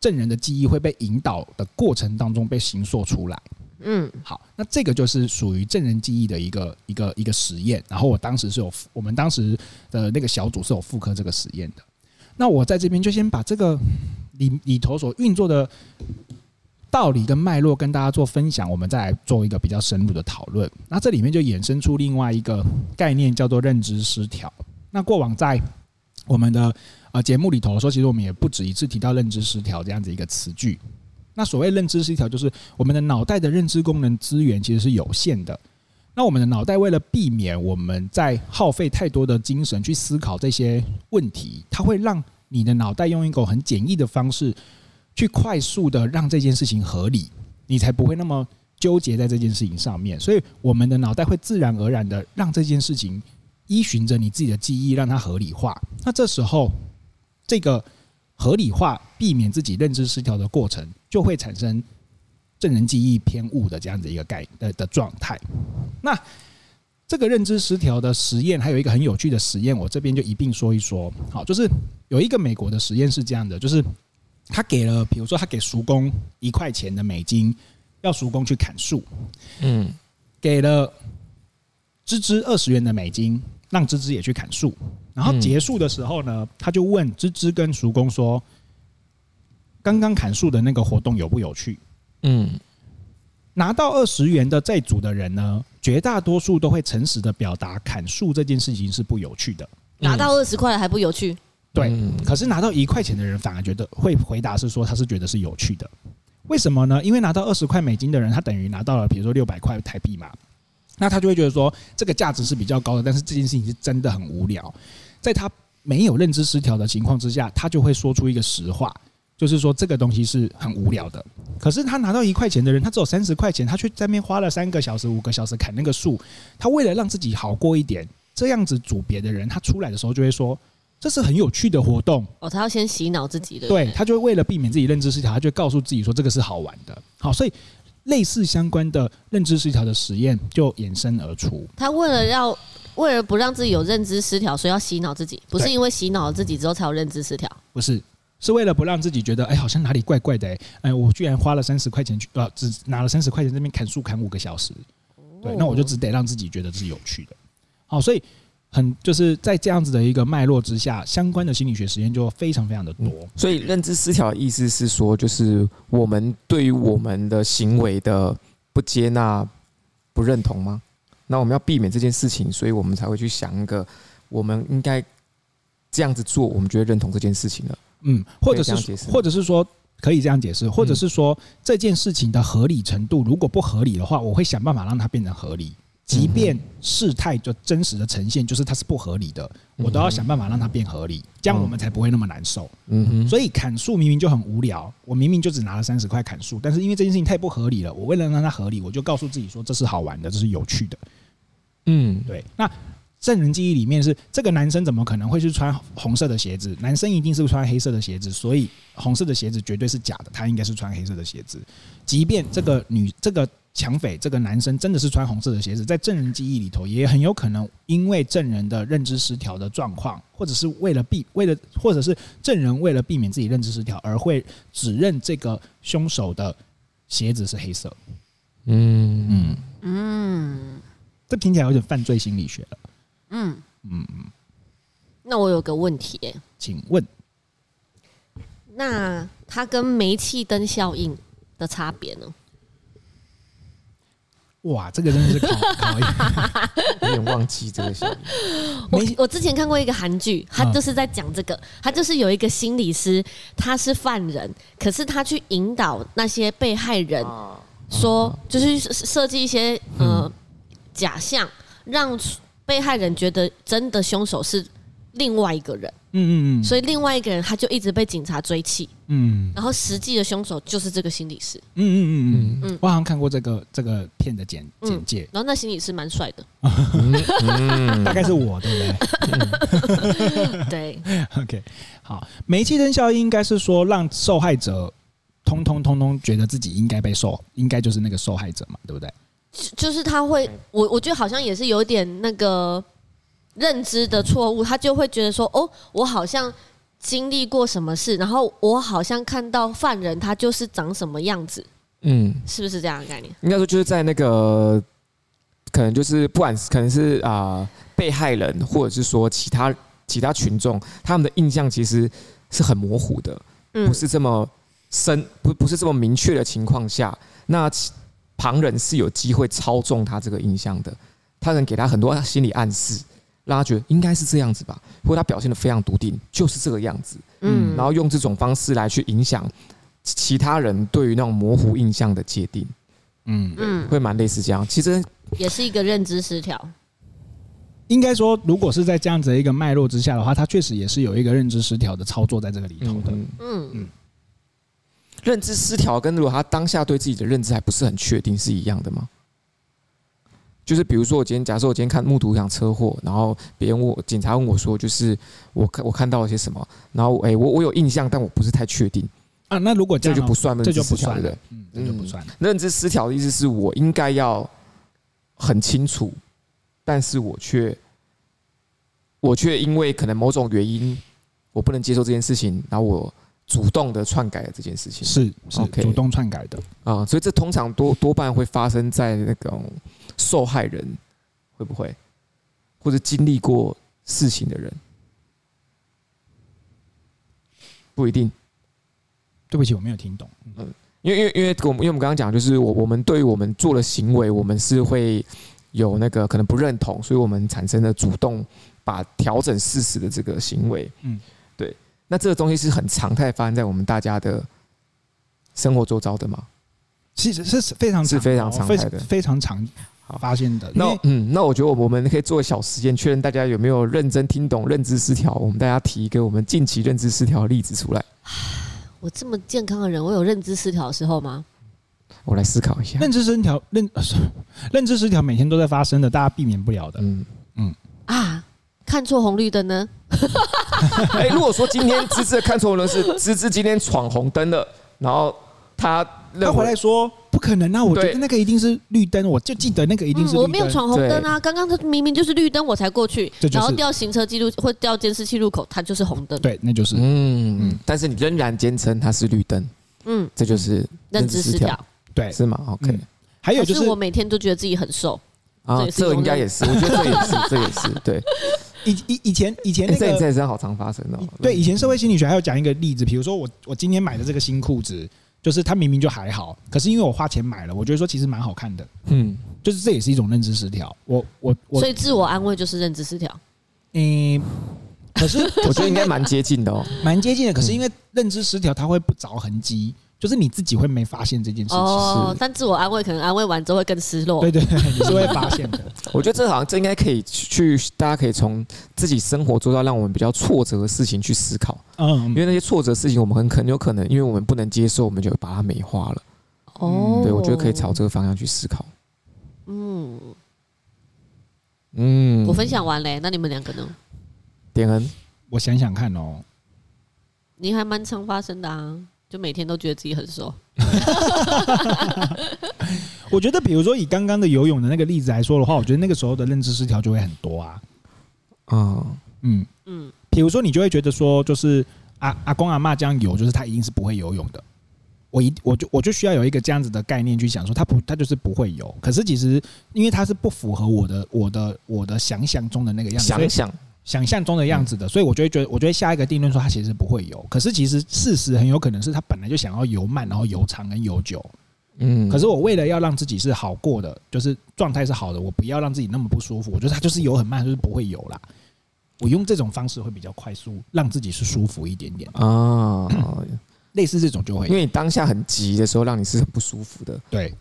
Speaker 2: 证人的记忆会被引导的过程当中被形塑出来。
Speaker 3: 嗯，
Speaker 2: 好，那这个就是属于证人记忆的一个一个一个实验。然后我当时是有复，我们当时的那个小组是有复刻这个实验的。那我在这边就先把这个里里头所运作的道理跟脉络跟大家做分享，我们再来做一个比较深入的讨论。那这里面就衍生出另外一个概念，叫做认知失调。那过往在我们的呃节目里头的时候，其实我们也不止一次提到认知失调这样子一个词句。那所谓认知失调，就是我们的脑袋的认知功能资源其实是有限的。那我们的脑袋为了避免我们在耗费太多的精神去思考这些问题，它会让你的脑袋用一种很简易的方式，去快速的让这件事情合理，你才不会那么纠结在这件事情上面。所以我们的脑袋会自然而然的让这件事情依循着你自己的记忆，让它合理化。那这时候，这个合理化避免自己认知失调的过程，就会产生证人记忆偏误的这样子一个概呃的的状态。那这个认知失调的实验，还有一个很有趣的实验，我这边就一并说一说。好，就是有一个美国的实验是这样的，就是他给了，比如说他给叔公一块钱的美金，要叔公去砍树，
Speaker 4: 嗯，
Speaker 2: 给了芝芝二十元的美金，让芝芝也去砍树。然后
Speaker 4: 嗯
Speaker 2: 结束的时候呢，他就问芝芝跟叔公说：“刚刚砍树的那个活动有不有趣？”
Speaker 4: 嗯
Speaker 2: 拿到二十元的这组的人呢，绝大多数都会诚实的表达砍树这件事情是不有趣的。
Speaker 3: 拿到二十块了还不有趣？
Speaker 2: 对
Speaker 4: 嗯
Speaker 2: 可是拿到一块钱的人反而觉得会回答是说他是觉得是有趣的，为什么呢？因为拿到二十块美金的人，他等于拿到了比如说六百块台币嘛，那他就会觉得说这个价值是比较高的，但是这件事情是真的很无聊。在他没有认知失调的情况之下，他就会说出一个实话，就是说这个东西是很无聊的。可是他拿到一块钱的人，他只有三十块钱，他却在那边花了三个小时、五个小时砍那个树。他为了让自己好过一点，这样子组别的人，他出来的时候就会说这是很有趣的活动，
Speaker 3: 哦，他要先洗脑自己的。
Speaker 2: 对他就会为了避免自己认知失调，他就会告诉自己说这个是好玩的。好，所以类似相关的认知失调的实验就衍生而出。
Speaker 3: 他为了要为了不让自己有认知失调，所以要洗脑自己，不是
Speaker 2: 对
Speaker 3: 因为洗脑了自己之后才有认知失调。
Speaker 2: 不是，是为了不让自己觉得，哎、好像哪里怪怪的、哎，哎，我居然花了三十块钱去，呃，只拿了三十块钱这边砍树砍五个小时，对，那我就只得让自己觉得是有趣的。好，所以很就是在这样子的一个脉络之下，相关的心理学实验就非常非常的多。
Speaker 4: 所以认知失调的意思是说，就是我们对于我们的行为的不接纳、不认同吗？那我们要避免这件事情，所以我们才会去想一个我们应该这样子做，我们就会认同这件事情了。
Speaker 2: 嗯，或者
Speaker 4: 可以这样解释嗯
Speaker 2: 是
Speaker 4: 吗
Speaker 2: 或者是说可以这样解释，或者是说这件事情的合理程度如果不合理的话，我会想办法让它变成合理。即便事态的真实的呈现就是它是不合理的，我都要想办法让它变合理，这样我们才不会那么难受。
Speaker 4: 嗯哼，
Speaker 2: 所以砍树明明就很无聊，我明明就只拿了三十块砍树，但是因为这件事情太不合理了，我为了让它合理，我就告诉自己说这是好玩的，这是有趣的。
Speaker 4: 嗯，
Speaker 2: 对，那证人记忆里面是这个男生怎么可能会去穿红色的鞋子？男生一定是穿黑色的鞋子，所以红色的鞋子绝对是假的，他应该是穿黑色的鞋子。即便这个女这个抢匪这个男生真的是穿红色的鞋子，在证人记忆里头也很有可能因为证人的认知失调的状况，或者是为了避为了或者是证人为了避免自己认知失调而会指认这个凶手的鞋子是黑色。
Speaker 4: 嗯嗯，
Speaker 2: 嗯，
Speaker 3: 嗯
Speaker 2: 这听起来有点犯罪心理学了。
Speaker 3: 嗯，
Speaker 2: 嗯，
Speaker 3: 那我有个问题、欸，
Speaker 2: 请问。
Speaker 3: 那它跟煤气灯效应的差别呢？
Speaker 2: 哇，这个真的是考 考验。
Speaker 4: 有点忘记这个效应。
Speaker 3: 我
Speaker 2: 没
Speaker 3: 我之前看过一个韩剧，他就是在讲这个，他就是有一个心理师，他是犯人，可是他去引导那些被害人说，就是设计一些呃假象，让被害人觉得真的凶手是另外一个人，
Speaker 2: 嗯嗯嗯，
Speaker 3: 所以另外一个人他就一直被警察追气，
Speaker 2: 嗯
Speaker 3: 然后实际的凶手就是这个心理师，
Speaker 2: 嗯嗯嗯嗯
Speaker 3: 嗯，
Speaker 2: 我好像看过这个这个片的简
Speaker 3: 嗯
Speaker 2: 简介，
Speaker 3: 然后那心理师蛮帅的，
Speaker 4: 嗯
Speaker 2: 大概是我对不 对
Speaker 3: 对，
Speaker 2: ？OK，好，煤气灯效应应该是说让受害者通通通通觉得自己应该被受，应该就是那个受害者嘛，对不对？
Speaker 3: 就是他会，我我觉得好像也是有点那个认知的错误，他就会觉得说，哦，我好像经历过什么事，然后我好像看到犯人他就是长什么样子，
Speaker 4: 嗯，
Speaker 3: 是不是这样的概念？
Speaker 4: 应该说就是在那个，可能就是不管是可能是啊、呃被害人，或者是说其他其他群众，他们的印象其实是很模糊的，
Speaker 3: 嗯
Speaker 4: 不是这么深，不不是这么明确的情况下，那其旁人是有机会操纵他这个印象的，他能给他很多心理暗示，让他觉得应该是这样子吧，或者他表现的非常笃定，就是这个样子，
Speaker 2: 嗯
Speaker 4: 然后用这种方式来去影响其他人对于那种模糊印象的界定。
Speaker 2: 嗯，
Speaker 3: 嗯，
Speaker 4: 会蛮类似这样。其实
Speaker 3: 也是一个认知失调，
Speaker 2: 应该说，如果是在这样子的一个脉络之下的话，它确实也是有一个认知失调的操作在这个里头的。
Speaker 4: 嗯
Speaker 3: 嗯
Speaker 4: 认知失调跟如果他当下对自己的认知还不是很确定是一样的吗？就是比如说，我今天假设我今天看目睹一场车祸，然后别人问我警察问我说，就是我看我看到了些什么，然后诶、我我有印象，但我不是太确定，
Speaker 2: 啊，那如果这
Speaker 4: 这
Speaker 2: 样
Speaker 4: 就
Speaker 2: 的
Speaker 4: 不
Speaker 2: 话，
Speaker 4: 算认
Speaker 2: 这
Speaker 4: 知
Speaker 2: 就
Speaker 4: 失
Speaker 2: 不
Speaker 4: 调
Speaker 2: 算
Speaker 4: 的
Speaker 2: 了。，嗯，这就不算了。
Speaker 4: 认知失调的意思是我应该要很清楚，但是我却我却因为可能某种原因，我不能接受这件事情，然后我主动的篡改了这件事情
Speaker 2: 是是
Speaker 4: OK
Speaker 2: 主动篡改的，
Speaker 4: 啊、所以这通常多多半会发生在那种受害人会不会，或者经历过事情的人，不一定。
Speaker 2: 对不起，我没有听懂。
Speaker 4: 因为因为因为我们因为我们刚刚讲，就是我我们对于我们做的行为，我们是会有那个可能不认同，所以我们产生了主动把调整事实的这个行为。
Speaker 2: 嗯
Speaker 4: 嗯，对。那这个东西是很常态发生在我们大家的生活周遭的嘛？
Speaker 2: 其实是非常
Speaker 4: 是非常
Speaker 2: 常
Speaker 4: 常
Speaker 2: 非
Speaker 4: 态的
Speaker 2: 非常常
Speaker 4: 好
Speaker 2: 发现的。因
Speaker 4: 那
Speaker 2: 为
Speaker 4: 我嗯，那我觉得我们可以做个小实验，确认大家有没有认真听懂认知失调。我们大家提一个我们近期认知失调的例子出来，
Speaker 3: 我这么健康的人，我有认知失调的时候吗？
Speaker 4: 我来思考一下。
Speaker 2: 认知失调认 认知失调每天都在发生的，大家避免不了的。
Speaker 4: 嗯，
Speaker 3: 啊，看错红绿灯呢？
Speaker 4: 哎、如果说今天芝芝的看错人是芝芝今天闯红灯了，然后他认
Speaker 2: 他
Speaker 4: 为
Speaker 2: 回来说不可能啊，我觉
Speaker 4: 对
Speaker 2: 得那个一定是绿灯，我就记得那个一定是
Speaker 3: 嗯、
Speaker 2: 绿
Speaker 3: 我没有
Speaker 2: 灯。
Speaker 3: 闯红灯啊，刚刚他明明就是绿灯，我才过去，
Speaker 2: 这就是
Speaker 3: 然后调行车记录或调监视器入口，它就是红灯。
Speaker 2: 对，那就是
Speaker 4: 嗯，
Speaker 2: 嗯
Speaker 4: 但是你仍然坚称它是绿灯，
Speaker 3: 嗯，
Speaker 4: 这就是
Speaker 3: 认知失调。
Speaker 2: 对。
Speaker 4: 是吗？OK，、
Speaker 2: 嗯还有
Speaker 3: 可
Speaker 2: 就是是
Speaker 3: 我每天都觉得自己很瘦，这
Speaker 4: 啊
Speaker 3: 也，是一
Speaker 4: 这
Speaker 3: 种
Speaker 4: 应该也是，我觉得这也是，这也 是对。
Speaker 2: 以以以前以前
Speaker 4: 哎、
Speaker 2: 那
Speaker 4: 在你
Speaker 2: 个
Speaker 4: 在身好常发生哦、
Speaker 2: 对以前社会心理学还有讲一个例子，比如说我我今天买的这个新裤子，就是它明明就还好，可是因为我花钱买了，我觉得说其实蛮好看的，
Speaker 4: 嗯，
Speaker 2: 就是这也是一种认知失调。我我我
Speaker 3: 所以自我安慰就是认知失调。
Speaker 2: 诶、可 是
Speaker 4: 我觉得应该蛮接近的 哦。
Speaker 2: 蛮接近的。可是因为认知失调，它会不着痕迹，就是你自己会没发现这件事情。
Speaker 3: 哦，但自我安慰可能安慰完之后会更失落
Speaker 2: 对。对 对，你是会发现的。
Speaker 4: 我觉得这好像这应该可以去，大家可以从自己生活做到让我们比较挫折的事情去思考，
Speaker 2: 嗯
Speaker 4: 因，为那些挫折的事情我们很很有可能，因为我们不能接受，我们就把它美化了。
Speaker 3: 哦，
Speaker 4: 对，我觉得可以朝这个方向去思考。
Speaker 3: 嗯，
Speaker 4: 嗯，
Speaker 3: 我分享完嘞，那你们两个呢？
Speaker 4: 点恩，
Speaker 2: 我想想看哦，
Speaker 3: 你还蛮常发生的啊，就每天都觉得自己很瘦。
Speaker 2: 我觉得比如说以刚刚的游泳的那个例子来说的话，我觉得那个时候的认知失调就会很多啊。
Speaker 4: 嗯，
Speaker 2: 嗯，
Speaker 3: 嗯，
Speaker 2: 比如说你就会觉得说，就是阿阿公阿妈这样游，就是他一定是不会游泳的。我一我就我就需要有一个这样子的概念去想说，他不他就是不会游。可是其实因为他是不符合我的我的我的想象中的那个样子，所以
Speaker 4: 想想，
Speaker 2: 想象中的样
Speaker 4: 嗯
Speaker 2: 子的，所以我就会觉得，我就会下一个定论说他其实不会游。可是其实事实很有可能是他本来就想要游慢，然后游长跟游久。
Speaker 4: 嗯，
Speaker 2: 可是我为了要让自己是好过的，就是状态是好的，我不要让自己那么不舒服。我觉得他就是游很慢，就是不会游啦。我用这种方式会比较快速，让自己是舒服一点点。
Speaker 4: 啊，
Speaker 2: 类似这种就会
Speaker 4: 因为你当下很急的时候，让你是很不舒服的。
Speaker 2: 对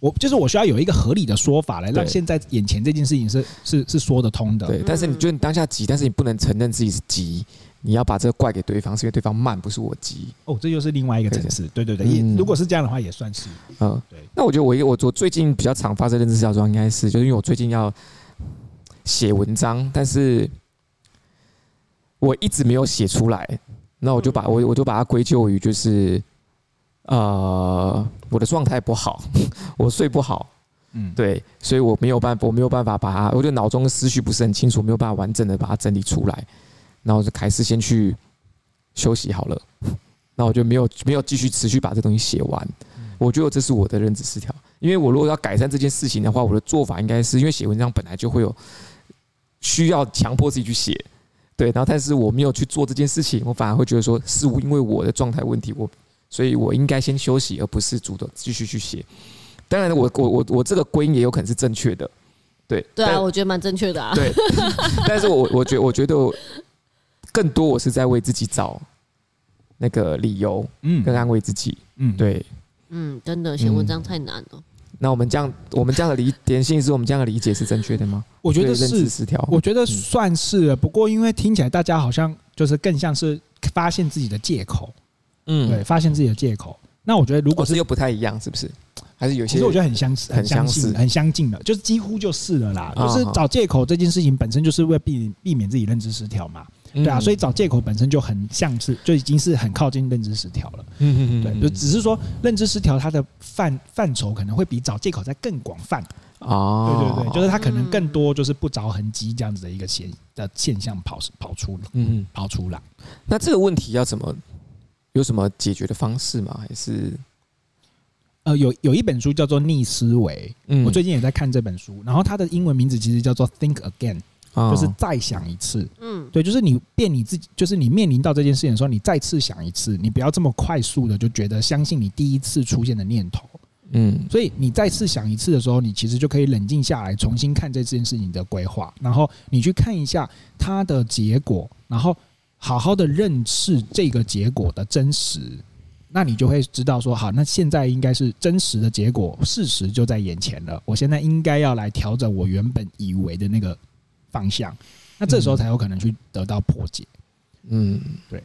Speaker 2: 我就是我需要有一个合理的说法来让
Speaker 4: 对
Speaker 2: 现在眼前这件事情是是是说得通的。
Speaker 4: 对，但是你觉得你当下急，但是你不能承认自己是急，你要把这个怪给对方，是因为对方慢，不是我急。
Speaker 2: 哦，这又是另外一个层次。对对对，也
Speaker 4: 嗯
Speaker 2: 如果是这样的话，也算是
Speaker 4: 嗯
Speaker 2: 对，
Speaker 4: 那我觉得我一个我我最近比较常发生认知失调状况应该是，就是因为我最近要写文章，但是我一直没有写出来，那我就把我我就把它归咎于就是呃我的状态不好， 我睡不好，
Speaker 2: 嗯
Speaker 4: 对，所以我没有办法，我没有办法把它，我就脑中的思绪不是很清楚，没有办法完整的把它整理出来，然后我就还是先去休息好了。 那我就没有没有继续持续把这东西写完，我觉得这是我的认知失调。因为我如果要改善这件事情的话，我的做法应该是因为写文章本来就会有需要强迫自己去写，对，然后但是我没有去做这件事情，我反而会觉得说是因为我的状态问题，我所以我应该先休息，而不是主动继续去写。当然我，我我我这个归因也有可能是正确的，对
Speaker 3: 对啊，
Speaker 4: 但
Speaker 3: 我觉得蛮正确的啊。
Speaker 4: 对，但是我我觉我觉得我更多我是在为自己找那个理由，
Speaker 2: 嗯
Speaker 4: 更安慰自己。
Speaker 2: 嗯
Speaker 4: 对，
Speaker 3: 嗯，真的写文章太难了。
Speaker 4: 那我们这样我们这样的理点性是我们这样的理解是正确的吗？
Speaker 2: 我觉得
Speaker 4: 对认知嗯
Speaker 2: 是，
Speaker 4: 失调，
Speaker 2: 我觉得算是。不过因为听起来大家好像就是更像是发现自己的借口，
Speaker 4: 嗯
Speaker 2: 对，，发现自己的借口。那我觉得如
Speaker 4: 我
Speaker 2: 果
Speaker 4: 是
Speaker 2: 是，
Speaker 4: 又不太一样，是不是？还是有
Speaker 2: 其
Speaker 4: 些
Speaker 2: 实我觉得很相似，
Speaker 4: 很
Speaker 2: 很相
Speaker 4: 相
Speaker 2: 近，
Speaker 4: 似
Speaker 2: 很相近的，就是几乎就是了啦。
Speaker 4: 啊
Speaker 2: 就是
Speaker 4: 啊
Speaker 2: 找借口这件事情本身就是为了避避免自己认知失调嘛，
Speaker 4: 嗯
Speaker 2: 对啊，所以找借口本身就很像是，就已经是很靠近认知失调了。
Speaker 4: 嗯嗯嗯
Speaker 2: 对，
Speaker 4: 嗯
Speaker 2: 就只是说认知失调它的范范畴可能会比找借口再更广泛。对
Speaker 4: 哦，
Speaker 2: 对对，就是是它可能更多就是不着痕迹这样子的一个现的现象跑跑出
Speaker 4: 嗯嗯。
Speaker 2: 跑出来。
Speaker 4: 那这个问题要怎么有什么解决的方式吗？还是
Speaker 2: 呃，有有一本书叫做《逆思维》，
Speaker 4: 嗯
Speaker 2: 我最近也在看这本书，然后它的英文名字其实叫做《Think Again》，
Speaker 4: 哦
Speaker 2: 就是再想一次。
Speaker 3: 嗯
Speaker 2: 对，就是你变你自己，就是你面临到这件事情的时候，你再次想一次，你不要这么快速的就觉得相信你第一次出现的念头。
Speaker 4: 嗯
Speaker 2: 所以你再次想一次的时候，你其实就可以冷静下来，重新看这件事情的规划，然后你去看一下它的结果，然后好好的认识这个结果的真实。那你就会知道说，好，那现在应该是真实的结果，事实就在眼前了。我现在应该要来调整我原本以为的那个方向，那这时候才有可能去得到破解。
Speaker 4: 嗯，
Speaker 2: 对。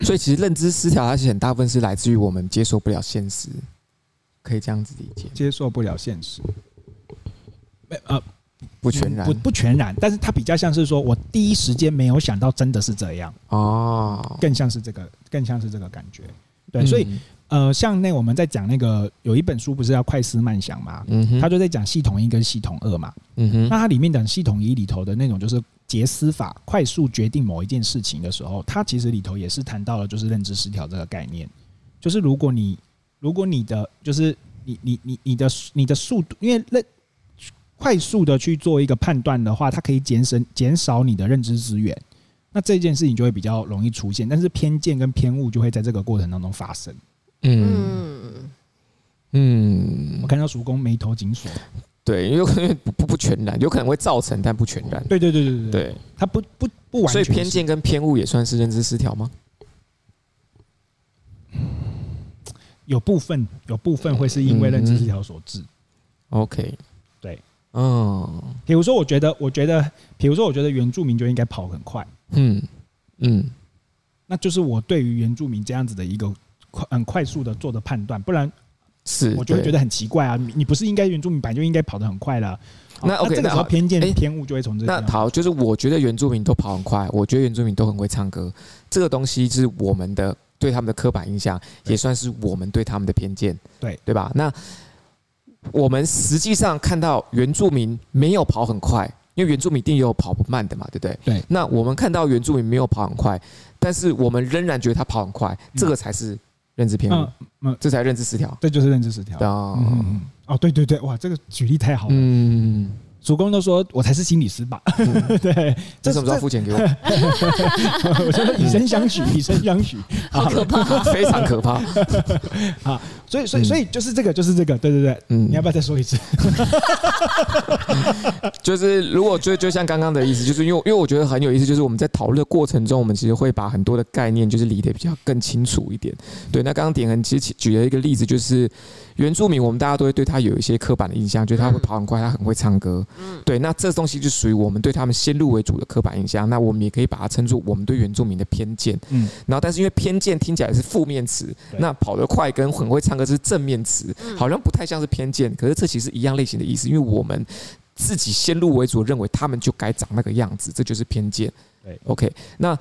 Speaker 4: 所以其实认知失调，它其实很大部分是来自于我们接受不了现实，可以这样子理解，
Speaker 2: 接受不了现实，呃，
Speaker 4: 不全然
Speaker 2: 不不全然，但是它比较像是说我第一时间没有想到真的是这样，
Speaker 4: 哦。
Speaker 2: 更像是这个，更像是这个感觉。对，
Speaker 4: 嗯
Speaker 2: 所以呃，像那我们在讲那个有一本书不是叫《快思慢想》嘛，
Speaker 4: 嗯哼，
Speaker 2: 他就在讲系统一跟系统二嘛。
Speaker 4: 嗯哼，
Speaker 2: 那它里面讲系统一里头的那种就是杰思法，快速决定某一件事情的时候，它其实里头也是谈到了就是认知失调这个概念，就是如果你如果你的就是你你你你的你的速度，因为认快速的去做一个判断的话，它可以减省减少你的认知资源。那这件事情就会比较容易出现，但是偏见跟偏误就会在这个过程当中发生。
Speaker 4: 嗯
Speaker 3: 嗯，
Speaker 4: 嗯
Speaker 2: 嗯我看到叔公眉头紧锁，
Speaker 4: 对，因为有可能不不不全然，有可能会造成，但不全然。
Speaker 2: 对对对对对，
Speaker 4: 对，
Speaker 2: 它不不不完全
Speaker 4: 所以
Speaker 2: 是，
Speaker 4: 偏见跟偏误也算是认知失调吗？
Speaker 2: 有部分有部分会是因为认知失调所
Speaker 4: 嗯
Speaker 2: 致。
Speaker 4: OK，
Speaker 2: 对，
Speaker 4: 嗯
Speaker 2: 比如说，我觉得，我觉得，比如说，我觉得原住民就应该跑很快，
Speaker 4: 嗯嗯
Speaker 2: 那就是我对于原住民这样子的一个快很快速的做的判断，不然
Speaker 4: 是，
Speaker 2: 我就会
Speaker 4: 对
Speaker 2: 觉得很奇怪啊！你你不是应该原住民本来就应该跑得很快了？好
Speaker 4: 那 OK，
Speaker 2: 这个
Speaker 4: 那
Speaker 2: 时候
Speaker 4: 好
Speaker 2: 偏见
Speaker 4: 诶
Speaker 2: 偏误就会从这个
Speaker 4: 那
Speaker 2: 地方。
Speaker 4: 好，就是我觉得原住民都跑很快，我觉得原住民都很会唱歌，这个东西是我们的对他们的刻板印象，
Speaker 2: 对
Speaker 4: 也算是我们对他们的偏见，
Speaker 2: 对
Speaker 4: 对吧？那我们实际上看到原住民没有跑很快，因为原住民一定有跑不慢的嘛，对不对？
Speaker 2: 对。
Speaker 4: 那我们看到原住民没有跑很快，但是我们仍然觉得他跑很快，这个才是认知偏误，
Speaker 2: 嗯嗯
Speaker 4: 这才是认知失调。
Speaker 2: 这就是认知失调。
Speaker 4: 啊
Speaker 2: 嗯嗯嗯哦，对对对，哇，这个举例太好了。
Speaker 4: 嗯，
Speaker 2: 主公都说我才是心理师吧？ 对，这
Speaker 4: 这嗯什么时候付钱给我？
Speaker 2: 这 我觉得以身相许，以身相许。
Speaker 3: 好可怕。
Speaker 4: 非常可怕。
Speaker 2: 所以，所以，
Speaker 4: 嗯
Speaker 2: 所以就是这个，就是这个，对对对。
Speaker 4: 嗯
Speaker 2: 你要不要再说一次？
Speaker 4: 就是如果就就像刚刚的意思，就是因为因为我觉得很有意思，就是我们在讨论的过程中，我们其实会把很多的概念就是理得比较更清楚一点。对，那刚刚点恒其实举了一个例子，就是原住民，我们大家都会对他有一些刻板的印象，就是他会跑很快，他很会唱歌。
Speaker 3: 嗯
Speaker 4: 对，那这东西就属于我们对他们先入为主的刻板印象，那我们也可以把它称作我们对原住民的偏见。
Speaker 2: 嗯，
Speaker 4: 然后但是因为偏见听起来是负面词，
Speaker 2: 对
Speaker 4: 那跑得快跟很会唱歌是正面词，
Speaker 3: 嗯
Speaker 4: 好像不太像是偏见，可是这其实一样类型的意思，因为我们自己先入为主认为他们就该长那个样子，这就是偏见。
Speaker 2: 对
Speaker 4: ，OK，那。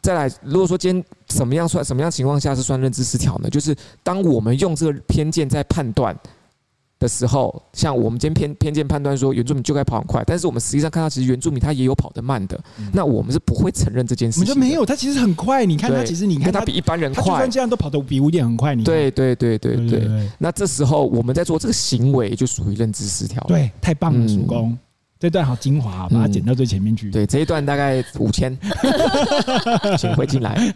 Speaker 4: 再来，如果说今天怎么样算什么样情况下是算认知失调呢？就是当我们用这个偏见在判断的时候，像我们今天偏偏见判断说原住民就该跑很快，但是我们实际上看到其实原住民他也有跑得慢的，
Speaker 2: 嗯
Speaker 4: 那我们是不会承认这件
Speaker 2: 我
Speaker 4: 事
Speaker 2: 们
Speaker 4: 情
Speaker 2: 就
Speaker 4: 的。
Speaker 2: 没有，他其实很快。你看他，
Speaker 4: 对
Speaker 2: 其实你
Speaker 4: 你
Speaker 2: 看
Speaker 4: 看他
Speaker 2: 他，
Speaker 4: 比一般人
Speaker 2: 他就
Speaker 4: 快
Speaker 2: 算，这样都跑得比五点很快。你看
Speaker 4: 对对对对
Speaker 2: 对
Speaker 4: 对。
Speaker 2: 对
Speaker 4: 那这时候我们在做这个行为，就属于认知失调了。
Speaker 2: 对，太棒了，
Speaker 4: 嗯
Speaker 2: 叔公。这段好精华，把它剪到最前面去。
Speaker 4: 对，这一段大概五千， 请会进来。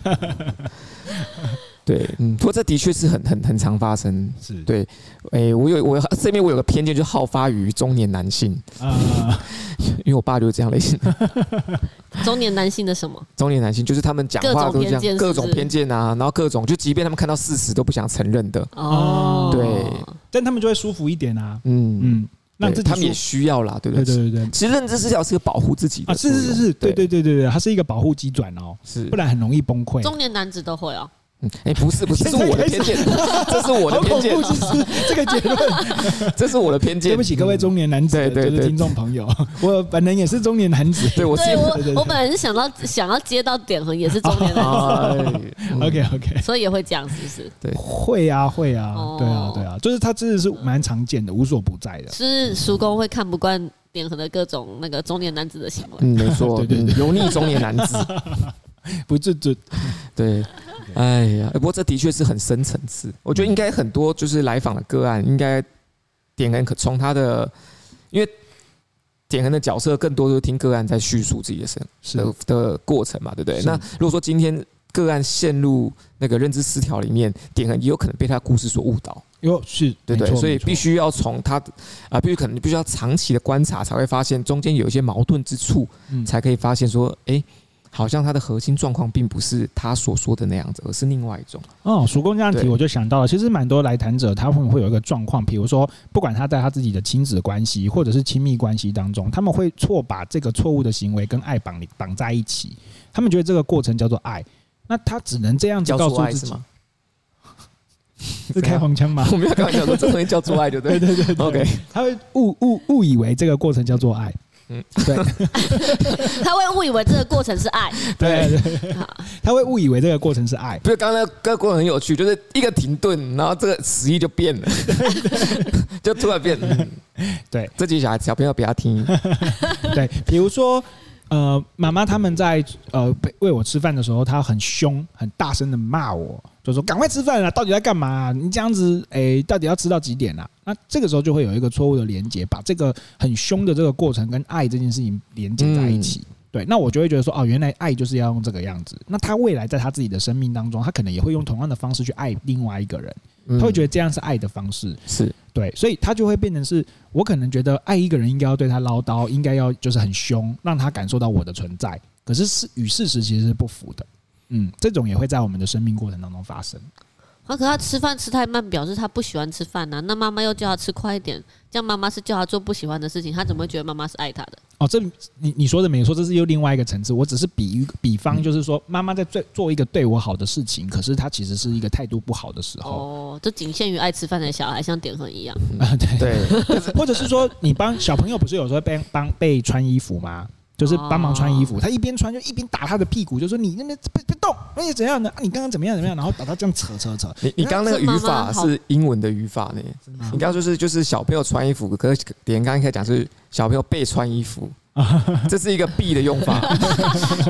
Speaker 4: 对，嗯，不过这的确是很很很常发生。
Speaker 2: 是，
Speaker 4: 对诶，我有我这边我有个偏见，就好发于中年男性，
Speaker 2: 啊，
Speaker 4: 因为我爸就是这样类型的。
Speaker 3: 中年男性的什么？
Speaker 4: 中年男性就是他们讲话都是这样，各
Speaker 3: 各
Speaker 4: 种
Speaker 3: 种
Speaker 4: 偏
Speaker 3: 偏
Speaker 4: 见啊，然后各种就即便他们看到事实都不想承认的，
Speaker 3: 哦，
Speaker 4: 对
Speaker 2: 但他们就会舒服一点啊。
Speaker 4: 嗯嗯，
Speaker 2: 嗯，让
Speaker 4: 对
Speaker 2: 自己
Speaker 4: 他们也
Speaker 2: 舒
Speaker 4: 需要啦，对不
Speaker 2: 对对
Speaker 4: 对？
Speaker 2: 对对
Speaker 4: 其实认知失调是个保护自己的
Speaker 2: 啊，
Speaker 4: 作
Speaker 2: 是
Speaker 4: 用，
Speaker 2: 是是，对对对对对，它是一个保护机转哦，
Speaker 4: 是
Speaker 2: 不然很容易崩溃。
Speaker 3: 中年男子都会哦。
Speaker 4: 嗯，哎、不是不是，这
Speaker 2: 现
Speaker 4: 是
Speaker 2: 在
Speaker 4: 我的
Speaker 2: 开始
Speaker 4: 偏见，这是我的
Speaker 2: 好
Speaker 4: 偏
Speaker 2: 恐
Speaker 4: 见
Speaker 2: 怖，，其实这个结 论。
Speaker 4: 这是我的偏见。嗯
Speaker 2: 对不起，各位中年男子，
Speaker 4: 对对
Speaker 2: 就
Speaker 4: 对
Speaker 2: 是听众朋友，我本人也是中年男子。
Speaker 4: 对我是
Speaker 3: 对
Speaker 2: 对对
Speaker 3: 我，
Speaker 2: 对
Speaker 3: 我本来是想到想要接到点恒也是中 年男
Speaker 4: 啊
Speaker 2: 嗯 OK OK，
Speaker 3: 子，所以也会这样，是不是？
Speaker 2: 会啊会啊，
Speaker 3: 哦
Speaker 2: 对啊对啊，就是他真的是蛮常见的，无所不在的。
Speaker 3: 是叔公会看不惯点恒的各种那个中年男子的行为。
Speaker 4: 嗯，没错，
Speaker 2: 对对
Speaker 4: 嗯油腻中年男 子，
Speaker 2: 不是这
Speaker 4: 对，哎呀，哎不过这的确是很深层次，我
Speaker 2: 嗯
Speaker 4: 觉得应该很多就是来访的个案，应该点恩可从他的，因为点恩的角色更多都是听个案在叙述自己的生
Speaker 2: 是
Speaker 4: 的的过程嘛，对不对？
Speaker 2: 是
Speaker 4: 那如果说今天个案陷入那个认知失调里面，点恩也有可能被他的故事所误导。
Speaker 2: 哟是，
Speaker 4: 对不
Speaker 2: 没
Speaker 4: 对，
Speaker 2: 错
Speaker 4: 所以
Speaker 2: 没错
Speaker 4: 必须要从他的啊，必须可能必须要长期的观察，才会发现中间有一些矛盾之处，
Speaker 2: 嗯
Speaker 4: 才可以发现说，哎，好像他的核心状况并不是他所说的那样子，而是另外一种。
Speaker 2: 哦，叔公这样提，
Speaker 4: 对
Speaker 2: 我就想到了，其实蛮多来谈者他们会有一个状况，比如说，不管他在他自己的亲子关系或者是亲密关系当中，他们会错把这个错误的行为跟爱绑绑在一起，他们觉得这个过程叫做爱，那他只能这样子
Speaker 4: 叫
Speaker 2: 告
Speaker 4: 做
Speaker 2: 诉
Speaker 4: 爱
Speaker 2: 自
Speaker 4: 是
Speaker 2: 己，
Speaker 4: 吗？
Speaker 2: 是开黄腔
Speaker 4: ？
Speaker 2: 吗
Speaker 4: 我们要刚才讲说这东西叫做爱，对不对？对对对。OK，
Speaker 2: 他会误误误以为这个过程叫做爱，
Speaker 4: 嗯
Speaker 2: 对
Speaker 3: 他会误以为这个过程是爱，
Speaker 2: 对对， 他会误以为这个过程是爱，
Speaker 4: 不是刚才歌过程很有趣，就是一个停顿，然后这个词义就变 了， 就突然变。嗯
Speaker 2: 对，
Speaker 4: 这几个小孩小朋友比较 听，
Speaker 2: 对，比如说，呃，妈妈他们在呃被喂我吃饭的时候，她很凶，很大声的骂我，就说赶快吃饭啊，到底在干嘛啊、你这样子，哎、到底要吃到几点啊？那这个时候就会有一个错误的连接，把这个很凶的这个过程跟爱这件事情连接在一起。对，那我就会觉得说，哦，原来爱就是要用这个样子。那他未来在他自己的生命当中，他可能也会用同样的方式去爱另外一个人。
Speaker 4: 嗯
Speaker 2: 他会觉得这样是爱的方式。
Speaker 4: 是
Speaker 2: 对，所以他就会变成是我可能觉得爱一个人应该要对他唠叨，应该要就是很凶，让他感受到我的存在。可是是与事实其实是不符的。嗯，这种也会在我们的生命过程当中发生。
Speaker 3: 啊，可他吃饭吃太慢，表示他不喜欢吃饭呐、那妈妈又叫他吃快一点，这样妈妈是叫他做不喜欢的事情，他怎么会觉得妈妈是爱他的？
Speaker 2: 哦，这你你说的没错，这是又另外一个层次。我只是比喻比方，就是说妈妈在做做一个对我好的事情，可是她其实是一个态度不好的时候。
Speaker 3: 哦，这仅限于爱吃饭的小孩，像点恒一样。
Speaker 2: 啊、 对
Speaker 4: 对，
Speaker 2: 或者是说你帮小朋友不是有时候被帮被穿衣服吗？就是
Speaker 3: 哦
Speaker 2: 帮忙穿衣服，他一边穿就一边打他的屁股，就说你那边别别动，那你怎样的？啊、你刚刚怎么样怎么样？然后把他这样扯扯扯，
Speaker 4: 你你刚刚那个语法是英文的语法呢？你刚刚就是就是小朋友穿衣服，可是点刚刚开始讲是小朋友被穿衣服，这是一个 be 的用法。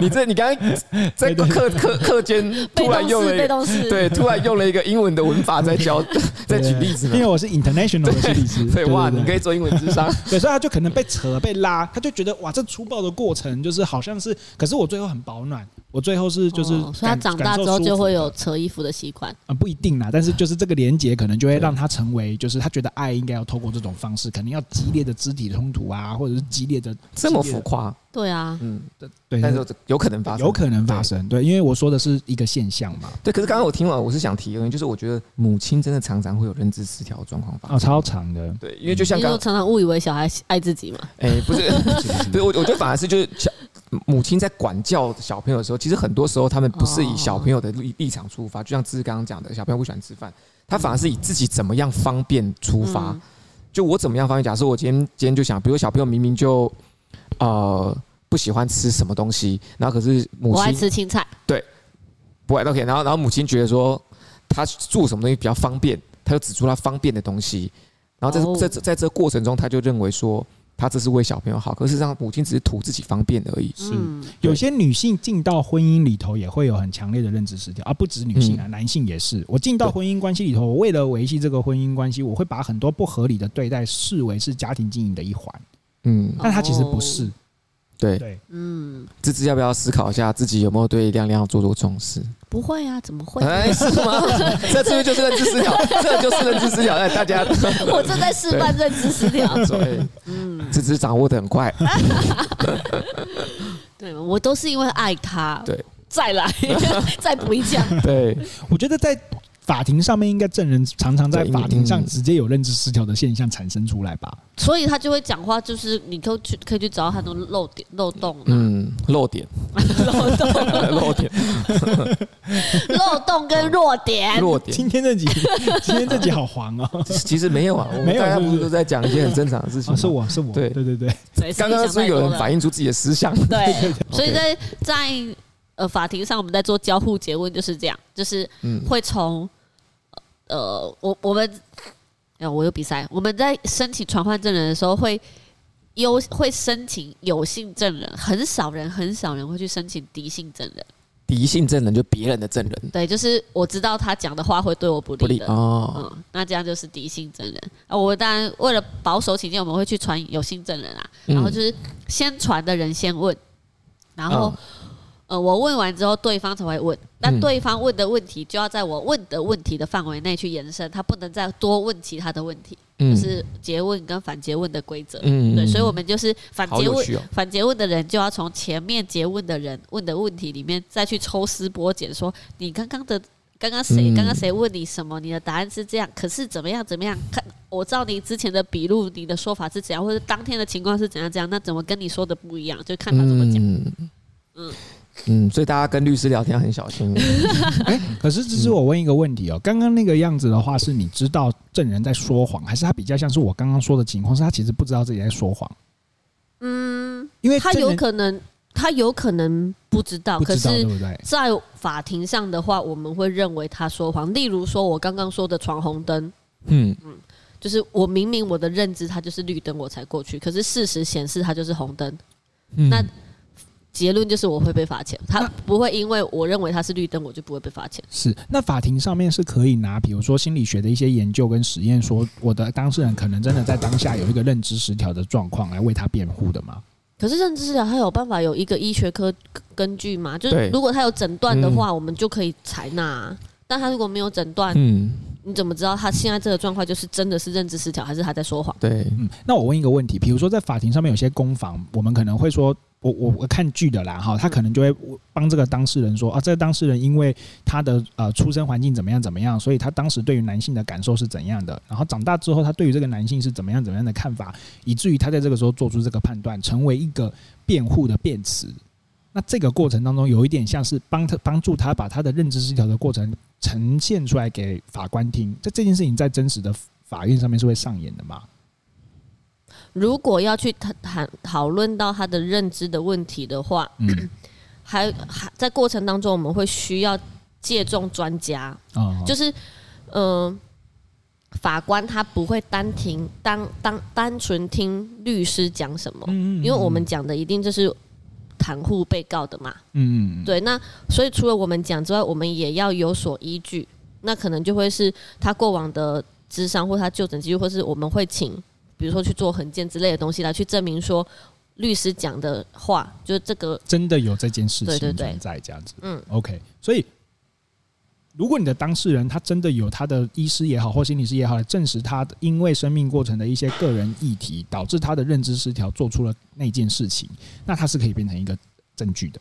Speaker 4: 你这你刚刚在课课课间
Speaker 3: 被
Speaker 4: 突然
Speaker 3: 动
Speaker 4: 用
Speaker 3: 式，
Speaker 4: 了
Speaker 3: 被
Speaker 4: 一个
Speaker 3: 动式。
Speaker 4: 对，突然用了一个英文的文法在教在举例子
Speaker 3: 啊
Speaker 2: 因为
Speaker 4: 嘛。
Speaker 2: 我是 international 的心理师，
Speaker 4: 对哇，你可
Speaker 2: 以，
Speaker 4: 以做英文智商，
Speaker 2: 对，所以他就可能被扯被拉，他就觉得哇，这粗暴的过程就是好像是，可是我最后很保暖，我最后是就是感、
Speaker 3: 哦所以他长大
Speaker 2: 感受
Speaker 3: 之后
Speaker 2: 舒
Speaker 3: 就
Speaker 2: 服
Speaker 3: 会
Speaker 2: 的
Speaker 3: 有扯衣服的习惯。
Speaker 2: 啊，不一定啦，但是就是这个连接可能就会让他成为，就是他觉得爱应该要透过这种方式，可能要激烈的肢体冲突啊，或者是激烈的
Speaker 4: 这么浮夸，
Speaker 3: 对啊，
Speaker 4: 嗯，
Speaker 2: 对，
Speaker 4: 但是有可能发生，
Speaker 2: 有可能发生，对，因为我说的是一个现象嘛，
Speaker 4: 对。可是刚刚我听完，我是想提一个东西，就是我觉得母亲真的常常会有认知失调的状况发
Speaker 2: 啊，
Speaker 4: 生。
Speaker 2: 超长的，
Speaker 4: 对，因为就像
Speaker 3: 你
Speaker 4: 刚
Speaker 3: 说常常误以为小孩爱自己嘛？
Speaker 4: 哎、不是，对我，我觉得反而是就是小母亲在管教小朋友的时候，其实很多时候他们不是以小朋友的立立场出发，就像志刚刚讲的，小朋友不喜欢吃饭，他反而是以自己怎么样方便出发。
Speaker 3: 嗯
Speaker 4: 就我怎么样方便，假设我今天今天就想，比如小朋友明明就呃不喜欢吃什么东西，然后可是母
Speaker 3: 我爱
Speaker 4: 亲
Speaker 3: 吃青菜，
Speaker 4: 不爱 OK，然后然后母亲觉得说他做什么东西比较方便，他就指出他方便的东西，然后在、
Speaker 3: 哦
Speaker 4: 在这在这过程中，他就认为说他这是为小朋友好，可是让母亲只是图自己方便而已。
Speaker 2: 是
Speaker 3: 嗯，
Speaker 2: 有些女性进到婚姻里头也会有很强烈的认知失调，啊，不止女
Speaker 4: 嗯
Speaker 2: 性啊，男性也是。我进到婚姻关系里头，我为了维系这个婚姻关系，我会把很多不合理的对待视为是家庭经营的一环，
Speaker 4: 嗯，
Speaker 2: 但它其实不是
Speaker 3: 哦。
Speaker 4: 对，
Speaker 2: 对，
Speaker 3: 嗯，
Speaker 4: 芝芝要不要思考一下自己有没有对亮亮做过重视？
Speaker 3: 不会啊，怎么会？
Speaker 4: 哎，是吗？这是不是就是认知失调？这就是认知失调。哎，大家，
Speaker 3: 我正在示范认知失调。
Speaker 4: 所以
Speaker 3: 嗯，
Speaker 4: 哎芝芝掌握的很快。
Speaker 3: 对，我都是因为爱他。
Speaker 4: 对，
Speaker 3: 再来，再补一枪。
Speaker 4: 对，
Speaker 2: 我觉得在法庭上面，应该证人常常在
Speaker 4: 对
Speaker 2: 法庭上
Speaker 4: 嗯
Speaker 2: 直接有认知失调的现象产生出来吧？
Speaker 3: 所以他就会讲话，就是你可以去可以去找到他的漏点、漏洞啊、
Speaker 4: 嗯，漏点，
Speaker 3: 漏洞、
Speaker 4: 漏 点，
Speaker 3: 漏洞跟弱点。
Speaker 4: 弱点。
Speaker 2: 今天这集，今天这集好黄哦！
Speaker 4: 其实没有啊，我们
Speaker 2: 没有
Speaker 4: 大家不
Speaker 2: 是不
Speaker 4: 是
Speaker 2: 是
Speaker 4: 都在讲一些很正常的事情
Speaker 2: 啊，
Speaker 4: 吗？
Speaker 2: 是我是我，
Speaker 4: 对
Speaker 2: 对对对，
Speaker 3: 对
Speaker 4: 刚刚是有人反
Speaker 3: 应
Speaker 4: 映出自己的思想，
Speaker 3: 对，所以
Speaker 4: OK
Speaker 3: 在在呃法庭上，我们在做交互诘问就是这样，就是
Speaker 4: 嗯
Speaker 3: 会从呃我我们哎、我有比赛，我们在申请传唤证人的时候会。优会申请有性证人，很少人很少人会去申请敌性证人。
Speaker 4: 敌性证人就别人的证人
Speaker 3: 对，就是我知道他讲的话会对我不
Speaker 4: 不
Speaker 3: 利
Speaker 4: 利
Speaker 3: 的，
Speaker 4: 哦，
Speaker 3: 嗯，那这样就是敌性证人啊。我当然为了保守起见，我们会去传有性证人啊，
Speaker 4: 嗯
Speaker 3: 然后就是先传的人先问，然后、
Speaker 4: 嗯
Speaker 3: 呃，我问完之后，对方才会问。那
Speaker 4: 嗯
Speaker 3: 对方问的问题就要在我问的问题的范围内去延伸，他不能再多问其他的问题，
Speaker 4: 嗯
Speaker 3: 就是诘问跟反诘问的规则。
Speaker 4: 嗯
Speaker 3: 对，所以我们就是反
Speaker 4: 好
Speaker 3: 诘
Speaker 4: 有
Speaker 3: 问。
Speaker 4: 趣哦，
Speaker 3: 反诘问的人就要从前面诘问的人问的问题里面再去抽丝剥茧，说你刚刚的刚刚谁
Speaker 4: 嗯
Speaker 3: 刚刚谁问你什么，你的答案是这样，可是怎么样怎么样？看我照你之前的笔录，你的说法是怎样，或者当天的情况是怎样怎样，那怎么跟你说的不一样？就看他怎么讲。
Speaker 4: 嗯
Speaker 3: 嗯
Speaker 4: 嗯，所以大家跟律师聊天要很小心，
Speaker 2: 哎、可是只是我问一个问题哦，刚刚那个样子的话，是你知道证人在说谎，还是他比较像是我刚刚说的情况，是他其实不知道自己在说谎？
Speaker 3: 嗯，
Speaker 2: 因为
Speaker 3: 他
Speaker 2: 证
Speaker 3: 有
Speaker 2: 人
Speaker 3: 可能，他有可能不知道，
Speaker 2: 不
Speaker 3: 可
Speaker 2: 知道，对
Speaker 3: 是。
Speaker 2: 不对？
Speaker 3: 在法庭上的话，我们会认为他说谎。例如说，我刚刚说的闯红灯，
Speaker 4: 嗯，
Speaker 3: 就是我明明我的认知它就是绿灯我才过去，可是事实显示它就是红灯，
Speaker 4: 嗯
Speaker 3: 那结论就是我会被罚钱。他
Speaker 2: 那
Speaker 3: 不会因为我认为它是绿灯，我就不会被罚钱。
Speaker 2: 是，那法庭上面是可以拿，比如说心理学的一些研究跟实验，说我的当事人可能真的在当下有一个认知失调的状况来为他辩护的吗？
Speaker 3: 可是认知治疗它有办法有一个医学科根据吗？就是
Speaker 4: 对
Speaker 3: 如果它有诊断的话，我们就可以采纳啊、但他如果没有诊断，
Speaker 4: 嗯，
Speaker 3: 你怎么知道他现在这个状况就是真的是认知失调，还是他在说谎？
Speaker 4: 对，
Speaker 2: 嗯，那我问一个问题，比如说在法庭上面有些攻防，我们可能会说，我我我看剧的啦哈，他可能就会帮这个当事人说啊，这个当事人因为他的呃出生环境怎么样怎么样，所以他当时对于男性的感受是怎样的，然后长大之后他对于这个男性是怎么样怎么样的看法，以至于他在这个时候做出这个判断，成为一个辩护的辩词。那这个过程当中，有一点像是帮他帮助他把他的认知失调的过程呈现出来给法官听。这这件事情在真实的法院上面是会上演的嘛？
Speaker 3: 如果要去谈谈讨论到他的认知的问题的话，
Speaker 2: 嗯，
Speaker 3: 还还在过程当中，我们会需要借重专家，
Speaker 2: 哦
Speaker 3: 就是嗯、呃法官他不会单听单单单纯听律师讲什么，
Speaker 2: 嗯
Speaker 3: 因为我们讲的一定就是袒护被告的嘛。
Speaker 2: 嗯嗯
Speaker 3: 对，那所以除了我们讲之外，我们也要有所依据。那可能就会是他过往的智商，或他就诊记录，或是我们会请，比如说去做横件之类的东西来去证明说律师讲的话，就是这个
Speaker 2: 真的有这件事
Speaker 3: 对对
Speaker 2: 情
Speaker 3: 对
Speaker 2: 存在这样子。
Speaker 3: 嗯
Speaker 2: ，OK，所以如果你的当事人他真的有他的医师也好或心理师也好来证实他的因为生命过程的一些个人议题导致他的认知失调做出了那件事情，那他是可以变成一个证据的。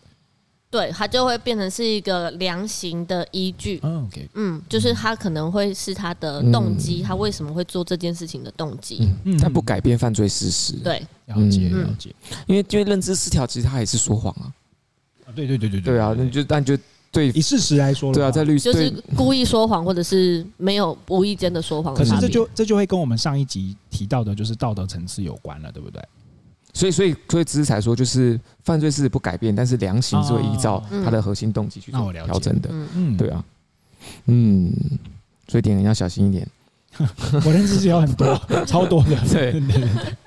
Speaker 3: 对，它就会变成是一个量刑的依据。
Speaker 2: 嗯 OK，
Speaker 3: 嗯，就是他可能会是他的动机，他为什么会做这件事情的动机。
Speaker 2: 嗯
Speaker 4: 嗯，但不改变犯罪事实，
Speaker 3: 对，
Speaker 2: 啊了解
Speaker 4: 嗯
Speaker 2: 了解。
Speaker 4: 因为因为认知失调，其实他也是说谎啊，
Speaker 2: 啊对对对对
Speaker 4: 对啊，那就但就对
Speaker 2: 以事实来说的
Speaker 4: 对啊，
Speaker 2: 话
Speaker 4: 在律
Speaker 3: 就
Speaker 4: 师
Speaker 3: 是
Speaker 4: 对
Speaker 3: 故意说谎，或者是没有无意间的说谎的
Speaker 2: 可是
Speaker 3: 差别。
Speaker 2: 这
Speaker 4: 嗯
Speaker 2: 就这就会跟我们上一集提到的，就是道德层次有关了，对不对？
Speaker 4: 所以所以所以只是才说，就是犯罪事实不改变，但是量刑是会依照
Speaker 3: 哦
Speaker 4: 他的核心动机去
Speaker 2: 那我
Speaker 4: 做
Speaker 2: 了解
Speaker 4: 调整的，
Speaker 3: 嗯，
Speaker 2: 嗯
Speaker 4: 对啊，嗯，所以点人要小心一点，
Speaker 2: 我认识是有很 多，超多的。
Speaker 4: 对，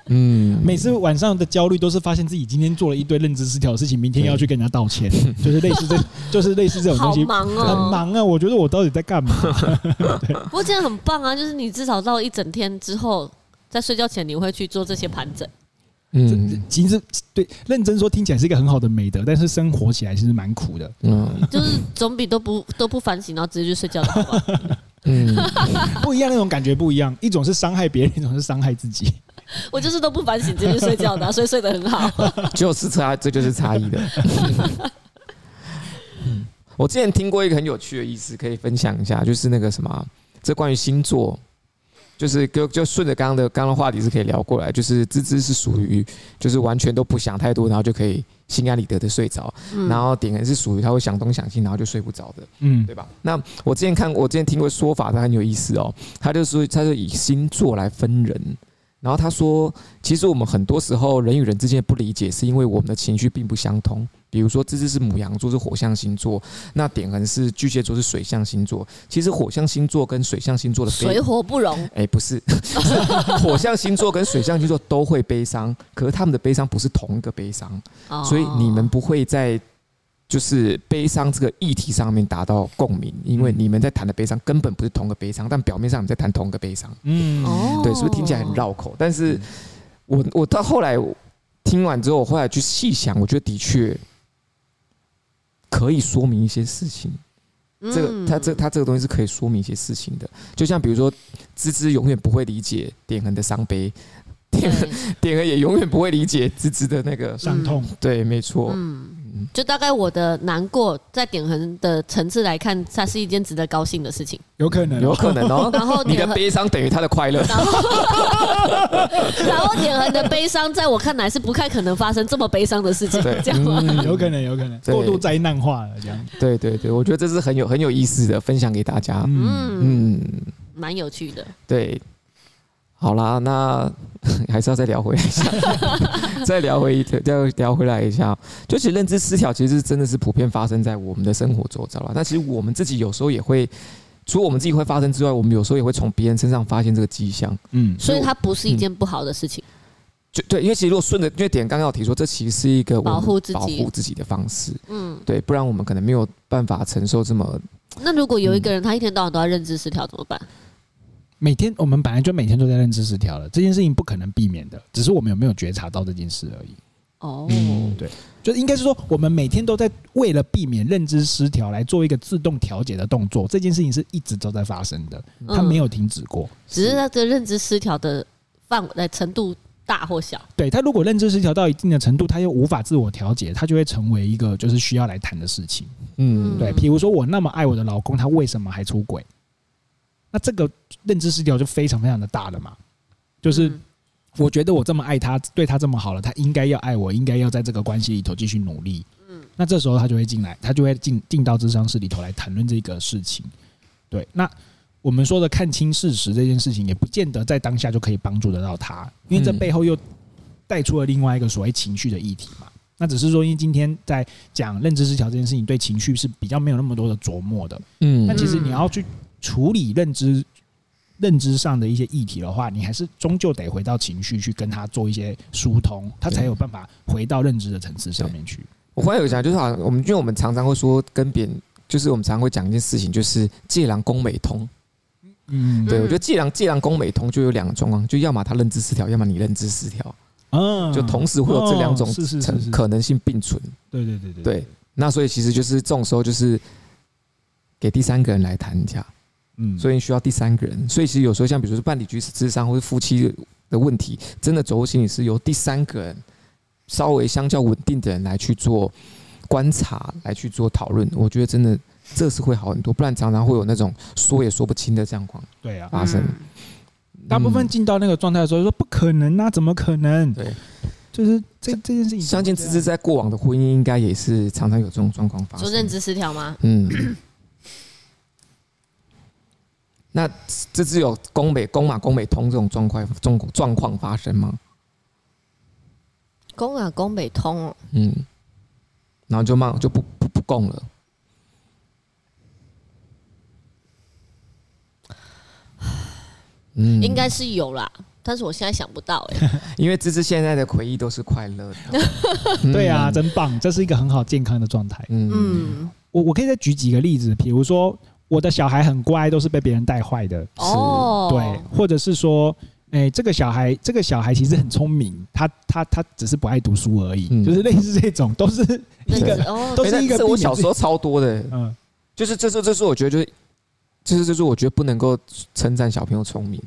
Speaker 4: 嗯，
Speaker 2: 每次晚上的焦虑都是发现自己今天做了一堆认知失调的事情，明天要去跟人家道 歉，就是类似这，就是类似这种东
Speaker 3: 好
Speaker 2: 西。
Speaker 3: 忙
Speaker 2: 很
Speaker 3: 哦、
Speaker 2: 忙啊！我觉得我到底在干嘛？
Speaker 3: 不过这样很棒啊，就是你至少到一整天之后，在睡觉前你会去做这些盘 整。
Speaker 4: 嗯
Speaker 2: 其实对认真说，听起来是一个很好的美德，但是生活起来其实蛮苦的。
Speaker 4: 嗯
Speaker 3: 就是总比都不都不反省，然后直接去睡觉的 好吧？
Speaker 4: 嗯，
Speaker 3: 啊
Speaker 2: 不一样，那种感觉不一样。一种是伤害别人，一种是伤害自 己。
Speaker 3: 我就是都不反省，直接去睡觉的啊、所以睡得 很好。
Speaker 4: 就是差，这就是差异的。 嗯我之前听过一个很有趣的意思，可以分享一下，就是那个什么啊，这关于星座，就是就就顺着刚刚的刚刚的话题是可以聊过来，就是芝芝是属于就是完全都不想太多，然后就可以心安理得的睡着，
Speaker 3: 嗯
Speaker 4: 然后点人是属于他会想东想西，然后就睡不着的。
Speaker 2: 嗯
Speaker 4: 对吧？那我之前看过，我之前听过说法，它很有意思哦。他就说，他就以星座来分人。然后他说，其实我们很多时候人与人之间的不理解，是因为我们的情绪并不相通。比如说，这只是母羊座是火象星座，那点恒是巨蟹座是水象星座。其实火象星座跟水象星座的悲
Speaker 3: 嗯水火不容，
Speaker 4: 哎、不是，是火象星座跟水象星座都会悲伤，可是他们的悲伤不是同一个悲伤。
Speaker 3: 哦
Speaker 4: 所以你们不会在就是悲伤这个议题上面达到共鸣，因为你们在谈的悲伤根本不是同个悲伤，但表面上你们在谈同个悲伤，
Speaker 2: 嗯
Speaker 3: 哦，
Speaker 4: 对，是不是听起来很绕口？但是我我到后来听完之后，我后来去细想，我觉得的确可以说明一些事情。
Speaker 3: 嗯？
Speaker 4: 这个它这它这个东西是可以说明一些事情的，就像比如说，芝芝永远不会理解点恒的伤悲， 点恒
Speaker 3: 嗯对
Speaker 4: 点恒也永远不会理解芝芝的那个，
Speaker 2: 伤痛。
Speaker 4: 对，没错，
Speaker 3: 嗯，就大概我的难过，在点恒的层次来看，它是一件值得高兴的事情。
Speaker 2: 有可能哦
Speaker 4: 有可能哦。
Speaker 3: 然后
Speaker 4: 你
Speaker 3: 点
Speaker 4: 的
Speaker 3: 恒，
Speaker 4: 悲伤等于他的快 乐，
Speaker 3: 然后然后 点恒的悲伤，在我看来是不太可能发生这么悲伤的事情，
Speaker 4: 对
Speaker 3: 这样吗？
Speaker 2: 嗯有可能，有可能
Speaker 4: 对
Speaker 2: 过度灾难化了这样。
Speaker 4: 对对对，我觉得这是很有很有意思的，分享给大家。
Speaker 2: 嗯，
Speaker 3: 嗯，
Speaker 4: 嗯，
Speaker 3: 蛮有趣的。
Speaker 4: 对，好啦，那还是要再聊回来一 下，再聊回一再聊回来一下，就其实认知失调其实是真的是普遍发生在我们的生活周遭啦。那其实我们自己有时候也会，除了我们自己会发生之外，我们有时候也会从别人身上发现这个迹象。
Speaker 2: 嗯
Speaker 3: 所以它不是一件不好的事情。
Speaker 4: 就对，因为其实如果顺着，因为点刚刚有提说，这其实是一个我们
Speaker 3: 保护自己
Speaker 4: 保护自己的方式。
Speaker 3: 嗯，
Speaker 4: 对，不然我们可能没有办法承受这么
Speaker 3: 那如果有一个人他一天到晚都在认知失调怎么办？
Speaker 2: 每天我们本来就每天都在认知失调了，这件事情不可能避免的，只是我们有没有觉察到这件事而已。
Speaker 3: 哦，
Speaker 4: 嗯，
Speaker 2: 对，就应该是说，我们每天都在为了避免认知失调来做一个自动调节的动作，这件事情是一直都在发生的，它没有停止过。
Speaker 3: 只是他的认知失调的范围程度大或小。
Speaker 2: 对他，它如果认知失调到一定的程度，他又无法自我调节，他就会成为一个就是需要来谈的事情。
Speaker 4: 嗯，
Speaker 2: 对，
Speaker 3: 嗯
Speaker 2: 比如说我那么爱我的老公，他为什么还出轨？那这个认知失调就非常非常的大了嘛。就是
Speaker 3: 嗯
Speaker 2: 我觉得我这么爱他，对他这么好了，他应该要爱我，应该要在这个关系里头继续努力。嗯，那这时候他就会进来，他就会进进到智商室里头来谈论这个事情。对，那我们说的看清事实这件事情，也不见得在当下就可以帮助得到他，因为这
Speaker 4: 嗯
Speaker 2: 背后又带出了另外一个所谓情绪的议题嘛。那只是说，因为今天在讲认知失调这件事情，对情绪是比较没有那么多的琢磨的。
Speaker 4: 嗯，
Speaker 2: 但其实
Speaker 3: 嗯
Speaker 2: 你要去处理认知认知上的一些议题的话，你还是终究得回到情绪去跟他做一些疏通，他才有办法回到认知的层次上面去。
Speaker 4: 我忽然有想，就是好像我们，因为我们常常会说跟别人，就是我们常常会讲一件事情，就是借狼攻美通。
Speaker 2: 嗯，
Speaker 4: 对，
Speaker 3: 嗯
Speaker 4: 我觉得借狼借狼攻美通就有两个状况，就要么他认知失调，要么你认知失调，
Speaker 2: 嗯
Speaker 4: 就同时会有这两种
Speaker 2: 哦是是是
Speaker 4: 成
Speaker 2: 是，
Speaker 4: 可能性并存。
Speaker 2: 对对对对
Speaker 4: 对，那所以其实就是这种时候，就是给第三个人来谈一下，
Speaker 2: 嗯，
Speaker 4: 所
Speaker 2: 以
Speaker 4: 以需要第三个人。所以其实有时候像比如说伴侣局智商或是夫妻的问题，真的走入心理是由第三个人稍微相较稳定的人来去做观察，来去做讨论。我觉得真的这是会好很多，不然常常会有那种说也说不清的状况
Speaker 2: 对啊，
Speaker 4: 发生。嗯
Speaker 2: 大部分进到那个状态的时候，说不可能啊，怎么可能？
Speaker 4: 对，
Speaker 2: 就是这这件事情，
Speaker 4: 相信芝芝在过往的婚姻应该也是常常有这种状况发
Speaker 3: 说
Speaker 4: 生。
Speaker 3: 认知失调吗？
Speaker 4: 嗯，那这只有宫美宫马宫美通这种状况状状况发生吗？
Speaker 3: 宫啊，宫北通哦，
Speaker 4: 嗯，然后就慢就不不不供了。嗯
Speaker 3: 应该是有啦，但是我现在想不到哎。
Speaker 4: 因为芝芝现在的回忆都是快乐 的。
Speaker 2: 对啊，
Speaker 4: 嗯，
Speaker 2: 真棒，这是一个很好健康的状态。
Speaker 4: 嗯
Speaker 3: 嗯，
Speaker 2: 我我可以再举几个例子，比如说我的小孩很乖，都是被别人带坏的，
Speaker 3: 哦，
Speaker 2: 对，或者是说，哎、这个小孩，这个小孩其实很聪明，他他他只是不爱读书而已，
Speaker 4: 嗯
Speaker 2: 就是类似这种，都是
Speaker 3: 认
Speaker 2: 一
Speaker 3: 知，
Speaker 2: 个
Speaker 3: 哦，
Speaker 2: 都是
Speaker 4: 哎
Speaker 2: 一个
Speaker 4: 那
Speaker 2: 避
Speaker 4: 我
Speaker 2: 免
Speaker 4: 小
Speaker 2: 自
Speaker 4: 时候超多的，
Speaker 2: 嗯
Speaker 4: 就是这是这是我觉得就是。就是就是，我觉得不能够称赞小朋友聪明。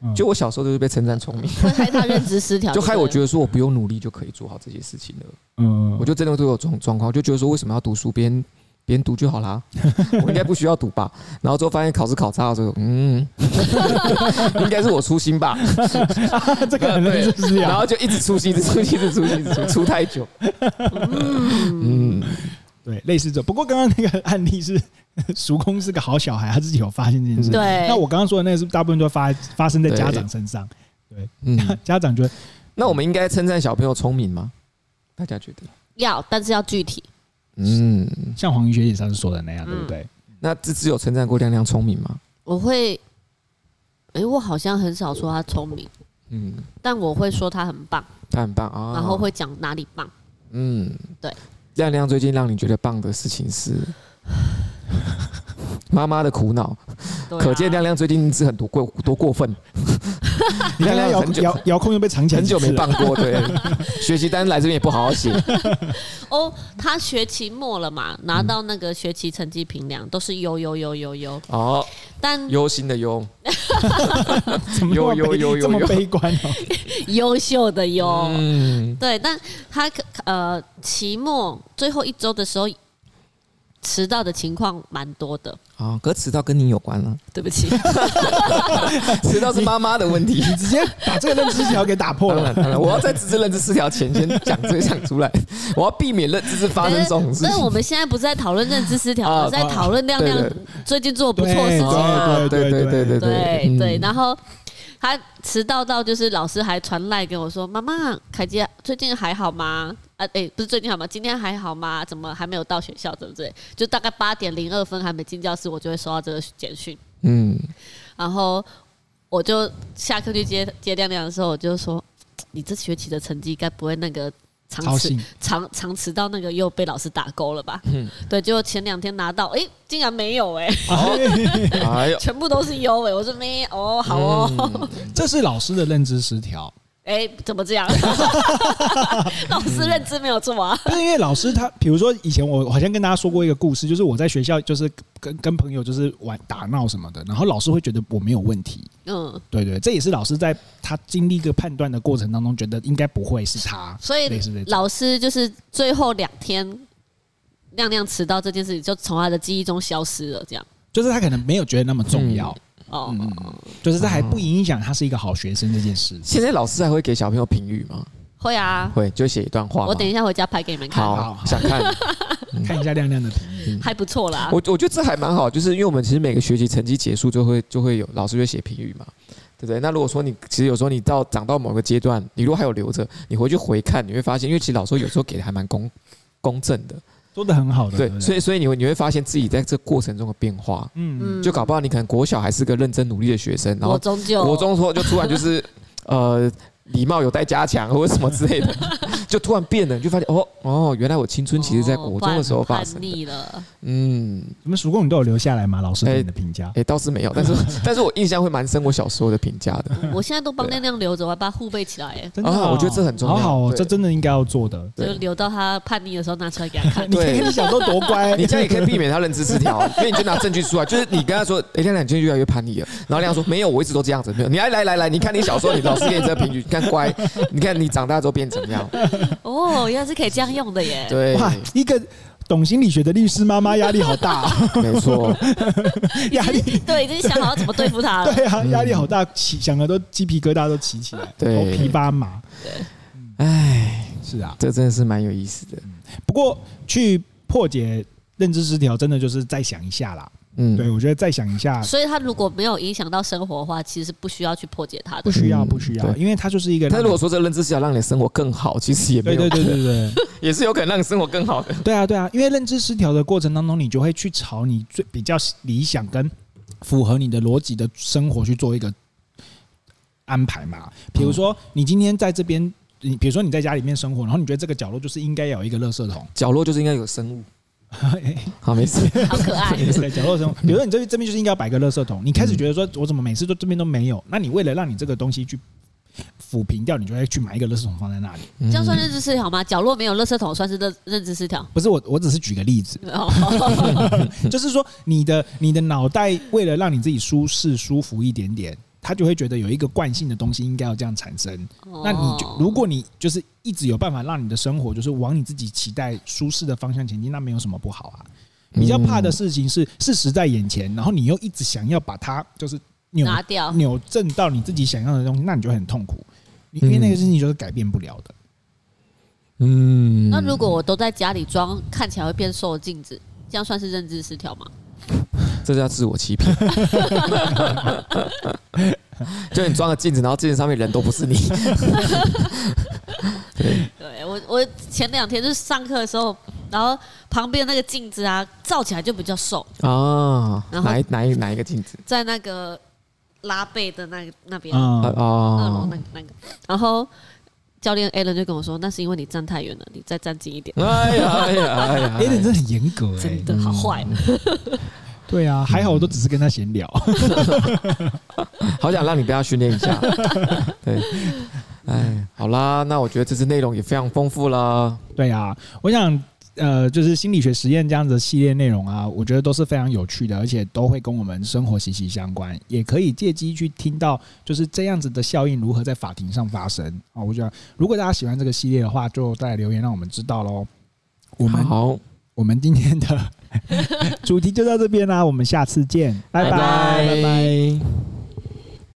Speaker 2: 嗯，
Speaker 4: 就我小时候就是被称赞聪明，
Speaker 3: 会害他认知失调，
Speaker 4: 就害我觉
Speaker 3: 得
Speaker 4: 得说我不用努力就可以做好这些事情了。
Speaker 2: 嗯，
Speaker 4: 我就真的都有这种状况，就觉得说为什么要读书？别人别人读就好 啦，我应该不需要读吧。然后之后发现考试考差的时候，嗯， 应该是我粗 心吧。
Speaker 2: 这个可能
Speaker 4: 啊对
Speaker 2: 就是这
Speaker 4: 然
Speaker 2: 样，
Speaker 4: 后就一直粗心，一直粗心，一直粗心，一直粗心粗太久。嗯，
Speaker 2: 对，类似这种。不过刚刚那个案例是 叔公是个好小孩，他自己有发现这件事。
Speaker 3: 对。
Speaker 2: 那我刚刚说的那个是不是大部分都发发生在
Speaker 4: 对
Speaker 2: 家长身上，
Speaker 4: 嗯嗯，
Speaker 2: 家长觉得
Speaker 4: 那我们应该称赞小朋友聪明吗？大家觉得？
Speaker 3: 要，但是要具体。
Speaker 4: 嗯，
Speaker 2: 像黄瑜学姐上次说的那
Speaker 3: 嗯
Speaker 2: 样，对不对？
Speaker 4: 那芝芝有称赞过亮亮聪明吗？
Speaker 3: 我会，诶，我好像很少说他聪明，
Speaker 4: 嗯，
Speaker 3: 但我会说他很棒，
Speaker 4: 他很棒啊。
Speaker 3: 然后会讲哪里棒。
Speaker 4: 嗯，
Speaker 3: 对。
Speaker 4: 亮亮最近让你觉得棒的事情是 妈妈的苦恼，
Speaker 3: 对啊
Speaker 4: 可见亮亮最近是很多过多过分，
Speaker 2: 你看他遥
Speaker 4: 很久
Speaker 2: 遥遥控又被藏起来
Speaker 4: 很
Speaker 2: 几次
Speaker 4: 久
Speaker 2: 了，
Speaker 4: 没棒 过，对。学习单来这边也不好好写，
Speaker 3: 哦，他学期末了嘛，拿到那个学期成绩评量都是优优优优优，
Speaker 4: 哦，
Speaker 3: 但
Speaker 4: 忧心的忧，
Speaker 2: 怎么那么
Speaker 4: 有
Speaker 2: 悲
Speaker 4: 有有有
Speaker 2: 这么
Speaker 4: 有
Speaker 2: 悲观哦？
Speaker 3: 优秀的优。
Speaker 4: 嗯，
Speaker 3: 对，但他可呃期末最后一周的时候迟到的情况蛮多的，
Speaker 4: 啊，可迟到跟你有关 了，
Speaker 3: 对不起，
Speaker 4: 迟到是妈妈的问题。
Speaker 2: 你直接把这个认知条给打破
Speaker 4: 当
Speaker 2: 了
Speaker 4: 然，。当 然，我要在自知认知失调前先讲这讲出来，我要避免认知是发生这种事
Speaker 3: 但
Speaker 4: 情
Speaker 3: 是。我们现在不是在讨论认知失调，
Speaker 4: 啊
Speaker 3: 我们在讨论亮亮
Speaker 4: 对
Speaker 3: 最近做的不错的事情。
Speaker 4: 啊
Speaker 2: 哦对对
Speaker 4: 对对
Speaker 2: 对
Speaker 4: 对
Speaker 3: 对对，
Speaker 4: 嗯
Speaker 3: 然后他迟到到就是老师还传赖给我说：“妈妈，凯杰最近还好吗？啊，哎、不是最近好吗？今天还好吗？怎么还没有到学校？对不对？就大概八点零二分还没进教室，我就会收到这个简讯，
Speaker 4: 嗯，
Speaker 3: 然后我就下课去接接亮亮的时候，我就说：你这学期的成绩该不会那个
Speaker 2: 超
Speaker 3: 长迟
Speaker 2: 幸
Speaker 3: 常常迟到那个又被老师打勾了吧？
Speaker 4: 嗯
Speaker 3: 对，结果前两天拿到，哎、竟然没有哎、
Speaker 4: 哎呦，
Speaker 3: 全部都是优哎、我说没哦，好哦。
Speaker 4: 嗯
Speaker 2: 这是老师的认知失调。
Speaker 3: 哎、怎么这 样？老师认知没有做啊。
Speaker 2: 但是因为老师他，比如说以前我好像跟大家说过一个故事，就是我在学校就是跟跟朋友就是玩打闹什么的，然后老师会觉得我没有问题。
Speaker 3: 嗯，
Speaker 2: 对对，这也是老师在他经历一个判断的过程当中，觉得应该不会是他，
Speaker 4: 嗯
Speaker 3: 所以
Speaker 2: 类似这种
Speaker 3: 老师就是最后两天亮亮迟到这件事情，就从他的记忆中消失了。这样
Speaker 2: 就是他可能没有觉得那么重要，
Speaker 3: 哦，
Speaker 2: 嗯，嗯就是这还不影响他是一个好学生这件事。
Speaker 4: 现在老师还会给小朋友评语吗？
Speaker 3: 会啊。
Speaker 4: 会，就写一段话吗。
Speaker 3: 我等一下回家拍给你们看，
Speaker 2: 好
Speaker 4: 好
Speaker 2: 好
Speaker 4: 想 看。
Speaker 2: 看一下亮亮的 评语，
Speaker 3: 还不错啦
Speaker 4: 我。我觉得这还蛮好，就是因为我们其实每个学期成绩结束就会就会有老师会写评语嘛，对不对？那如果说你其实有时候你到长到某个阶段，你如果还有留着，你回去回看，你会发现，因为其实老师有时候给的还蛮公公正的，
Speaker 2: 做的很好的，对不
Speaker 4: 对，
Speaker 2: 对，
Speaker 4: 所以所以你会你会发现自己在这过程中的变化，
Speaker 2: 嗯，
Speaker 3: 嗯，
Speaker 4: 就搞不好你可能国小还是个认真努力的学生，然
Speaker 3: 我
Speaker 4: 后
Speaker 3: 终究
Speaker 4: 国中说就突然就是呃礼貌有待加强或者什么之类的，就突然变了，你就发现哦哦，原来我青春其实在国中的时候发
Speaker 3: 哦
Speaker 4: 生
Speaker 3: 叛
Speaker 4: 的，
Speaker 3: 逆了，
Speaker 4: 嗯。
Speaker 2: 你们曙光你都有留下来吗？老师对你的评价
Speaker 4: 哎、，倒是没有，但是 但是我印象会蛮深我小时候的评价的。
Speaker 3: 我现在都帮
Speaker 4: 对啊
Speaker 3: 亮亮留着，我还把它护备起来，哎
Speaker 2: 真的哦，
Speaker 4: 啊我觉得这很重要
Speaker 2: 好好哦，
Speaker 4: 对
Speaker 2: 这真的应该要做的。
Speaker 3: 就
Speaker 4: 对
Speaker 3: 留到他叛逆的时候拿出来给 他看。
Speaker 2: 你看你小时候多乖，
Speaker 4: 啊你这样也可以避免他认知失调，啊因为你就拿证据出来，就是你跟他说，哎、亮亮，你今天越来越叛逆了。然后亮亮说，没有，我一直都这样子，没有。你来来来来，你看你小时候，你老师给你这个评语，你看乖，你看你长大之后变怎么样？
Speaker 3: 哦，原来是可以这样用的耶。
Speaker 4: 对，
Speaker 2: 哇，一个懂心理学的律师妈妈压力好大 哦，
Speaker 4: 没错，
Speaker 2: 压力
Speaker 3: 对，已经想好要怎么对付他了。
Speaker 2: 对啊， 压力好大，起想的都鸡皮疙瘩都起起来，
Speaker 4: 对
Speaker 2: 头皮发麻。
Speaker 4: 哎，
Speaker 2: 是啊，
Speaker 4: 这真的是蛮有意思的。
Speaker 2: 不过去破解认知失调，真的就是再想一下啦。
Speaker 4: 嗯，
Speaker 2: 对我觉得再想一下
Speaker 3: 所以他如果没有影响到生活的话，其实不需要去破解他
Speaker 2: 不
Speaker 3: 的。
Speaker 2: 需要，
Speaker 4: 嗯
Speaker 2: 不需要，
Speaker 4: 对
Speaker 2: 因为它就是一个。
Speaker 4: 但如果说这个认知失调让你的生活更好，其实也没
Speaker 2: 对
Speaker 4: 有，
Speaker 2: 对对对对对
Speaker 4: 也是有可能让你生活更好的。
Speaker 2: 对啊对啊，因为认知失调的过程当中，你就会去朝你最比较理想跟符合你的逻辑的生活去做一个安排嘛。比如说，你今天在这边，你比如说你在家里面生活，然后你觉得这个角落就是应该有一个垃圾桶，
Speaker 4: 角落就是应该有生物。好， 没事。
Speaker 3: 好可爱。
Speaker 2: 对，角落生活。比如说你这边这边就是应该要摆个垃圾桶，你开始觉得说我怎么每次都这边都没有，那你为了让你这个东西去抚平掉，你就会去买一个垃圾桶放在那里。
Speaker 4: 嗯
Speaker 3: 这样算认知失调吗？角落没有垃圾桶算是认认知 失调。
Speaker 2: 不是我，我只是举个例子，
Speaker 3: 哦，
Speaker 2: 就是说你的你的脑袋为了让你自己舒适舒服一点点，它就会觉得有一个惯性的东西应该要这样产生。那你
Speaker 3: 哦
Speaker 2: 就如果你就是一直有办法让你的生活就是往你自己期待舒适的方向前进，那没有什么不好啊。比较怕的事情是事实在眼前，然后你又一直想要把它就是扭
Speaker 3: 拿掉，
Speaker 2: 扭正到你自己想要的东西，那你就很痛苦，你因为那个事情就是改变不了的。
Speaker 4: 嗯
Speaker 3: 那如果我都在家里装看起来会变瘦的镜子，这样算是认知失调吗？
Speaker 4: 这叫自我欺骗。 就你装个镜子，然后镜子上面人都不是你。
Speaker 3: 对我，我前两天就是上课的时候，然后旁边那个镜子啊，照起来就比较瘦，
Speaker 4: 哦，
Speaker 3: 然后
Speaker 4: 哪一哪一哪一个镜子？
Speaker 3: 在那个拉背的那个那边，
Speaker 2: 啊、
Speaker 4: 啊
Speaker 3: 二楼
Speaker 4: 哦
Speaker 3: 那个那个，然后教练 Alan 就跟我说，那是因为你站太远了，你再站近一点，
Speaker 4: 哎呀哎呀哎呀！
Speaker 2: a l 真的很严格、欸，
Speaker 3: 真的好坏哦。
Speaker 2: 对啊，还好我都只是跟他闲聊。
Speaker 4: 好想让你被他训练一 下。对，哎，好啦，那我觉得这次内容也非常丰富啦。
Speaker 2: 对啊，我想呃，就是心理学实验这样子的系列内容啊，我觉得都是非常有趣的，而且都会跟我们生活息息相关，也可以借机去听到就是这样子的效应如何在法庭上发生啊。我觉得如果大家喜欢这个系列的话，就再留言让我们知道喽。我们
Speaker 4: 好，
Speaker 2: 我们今天 的主题就到这边啦，我们下次见，拜
Speaker 3: 拜
Speaker 2: 拜拜
Speaker 3: 拜
Speaker 2: 拜。
Speaker 4: 拜。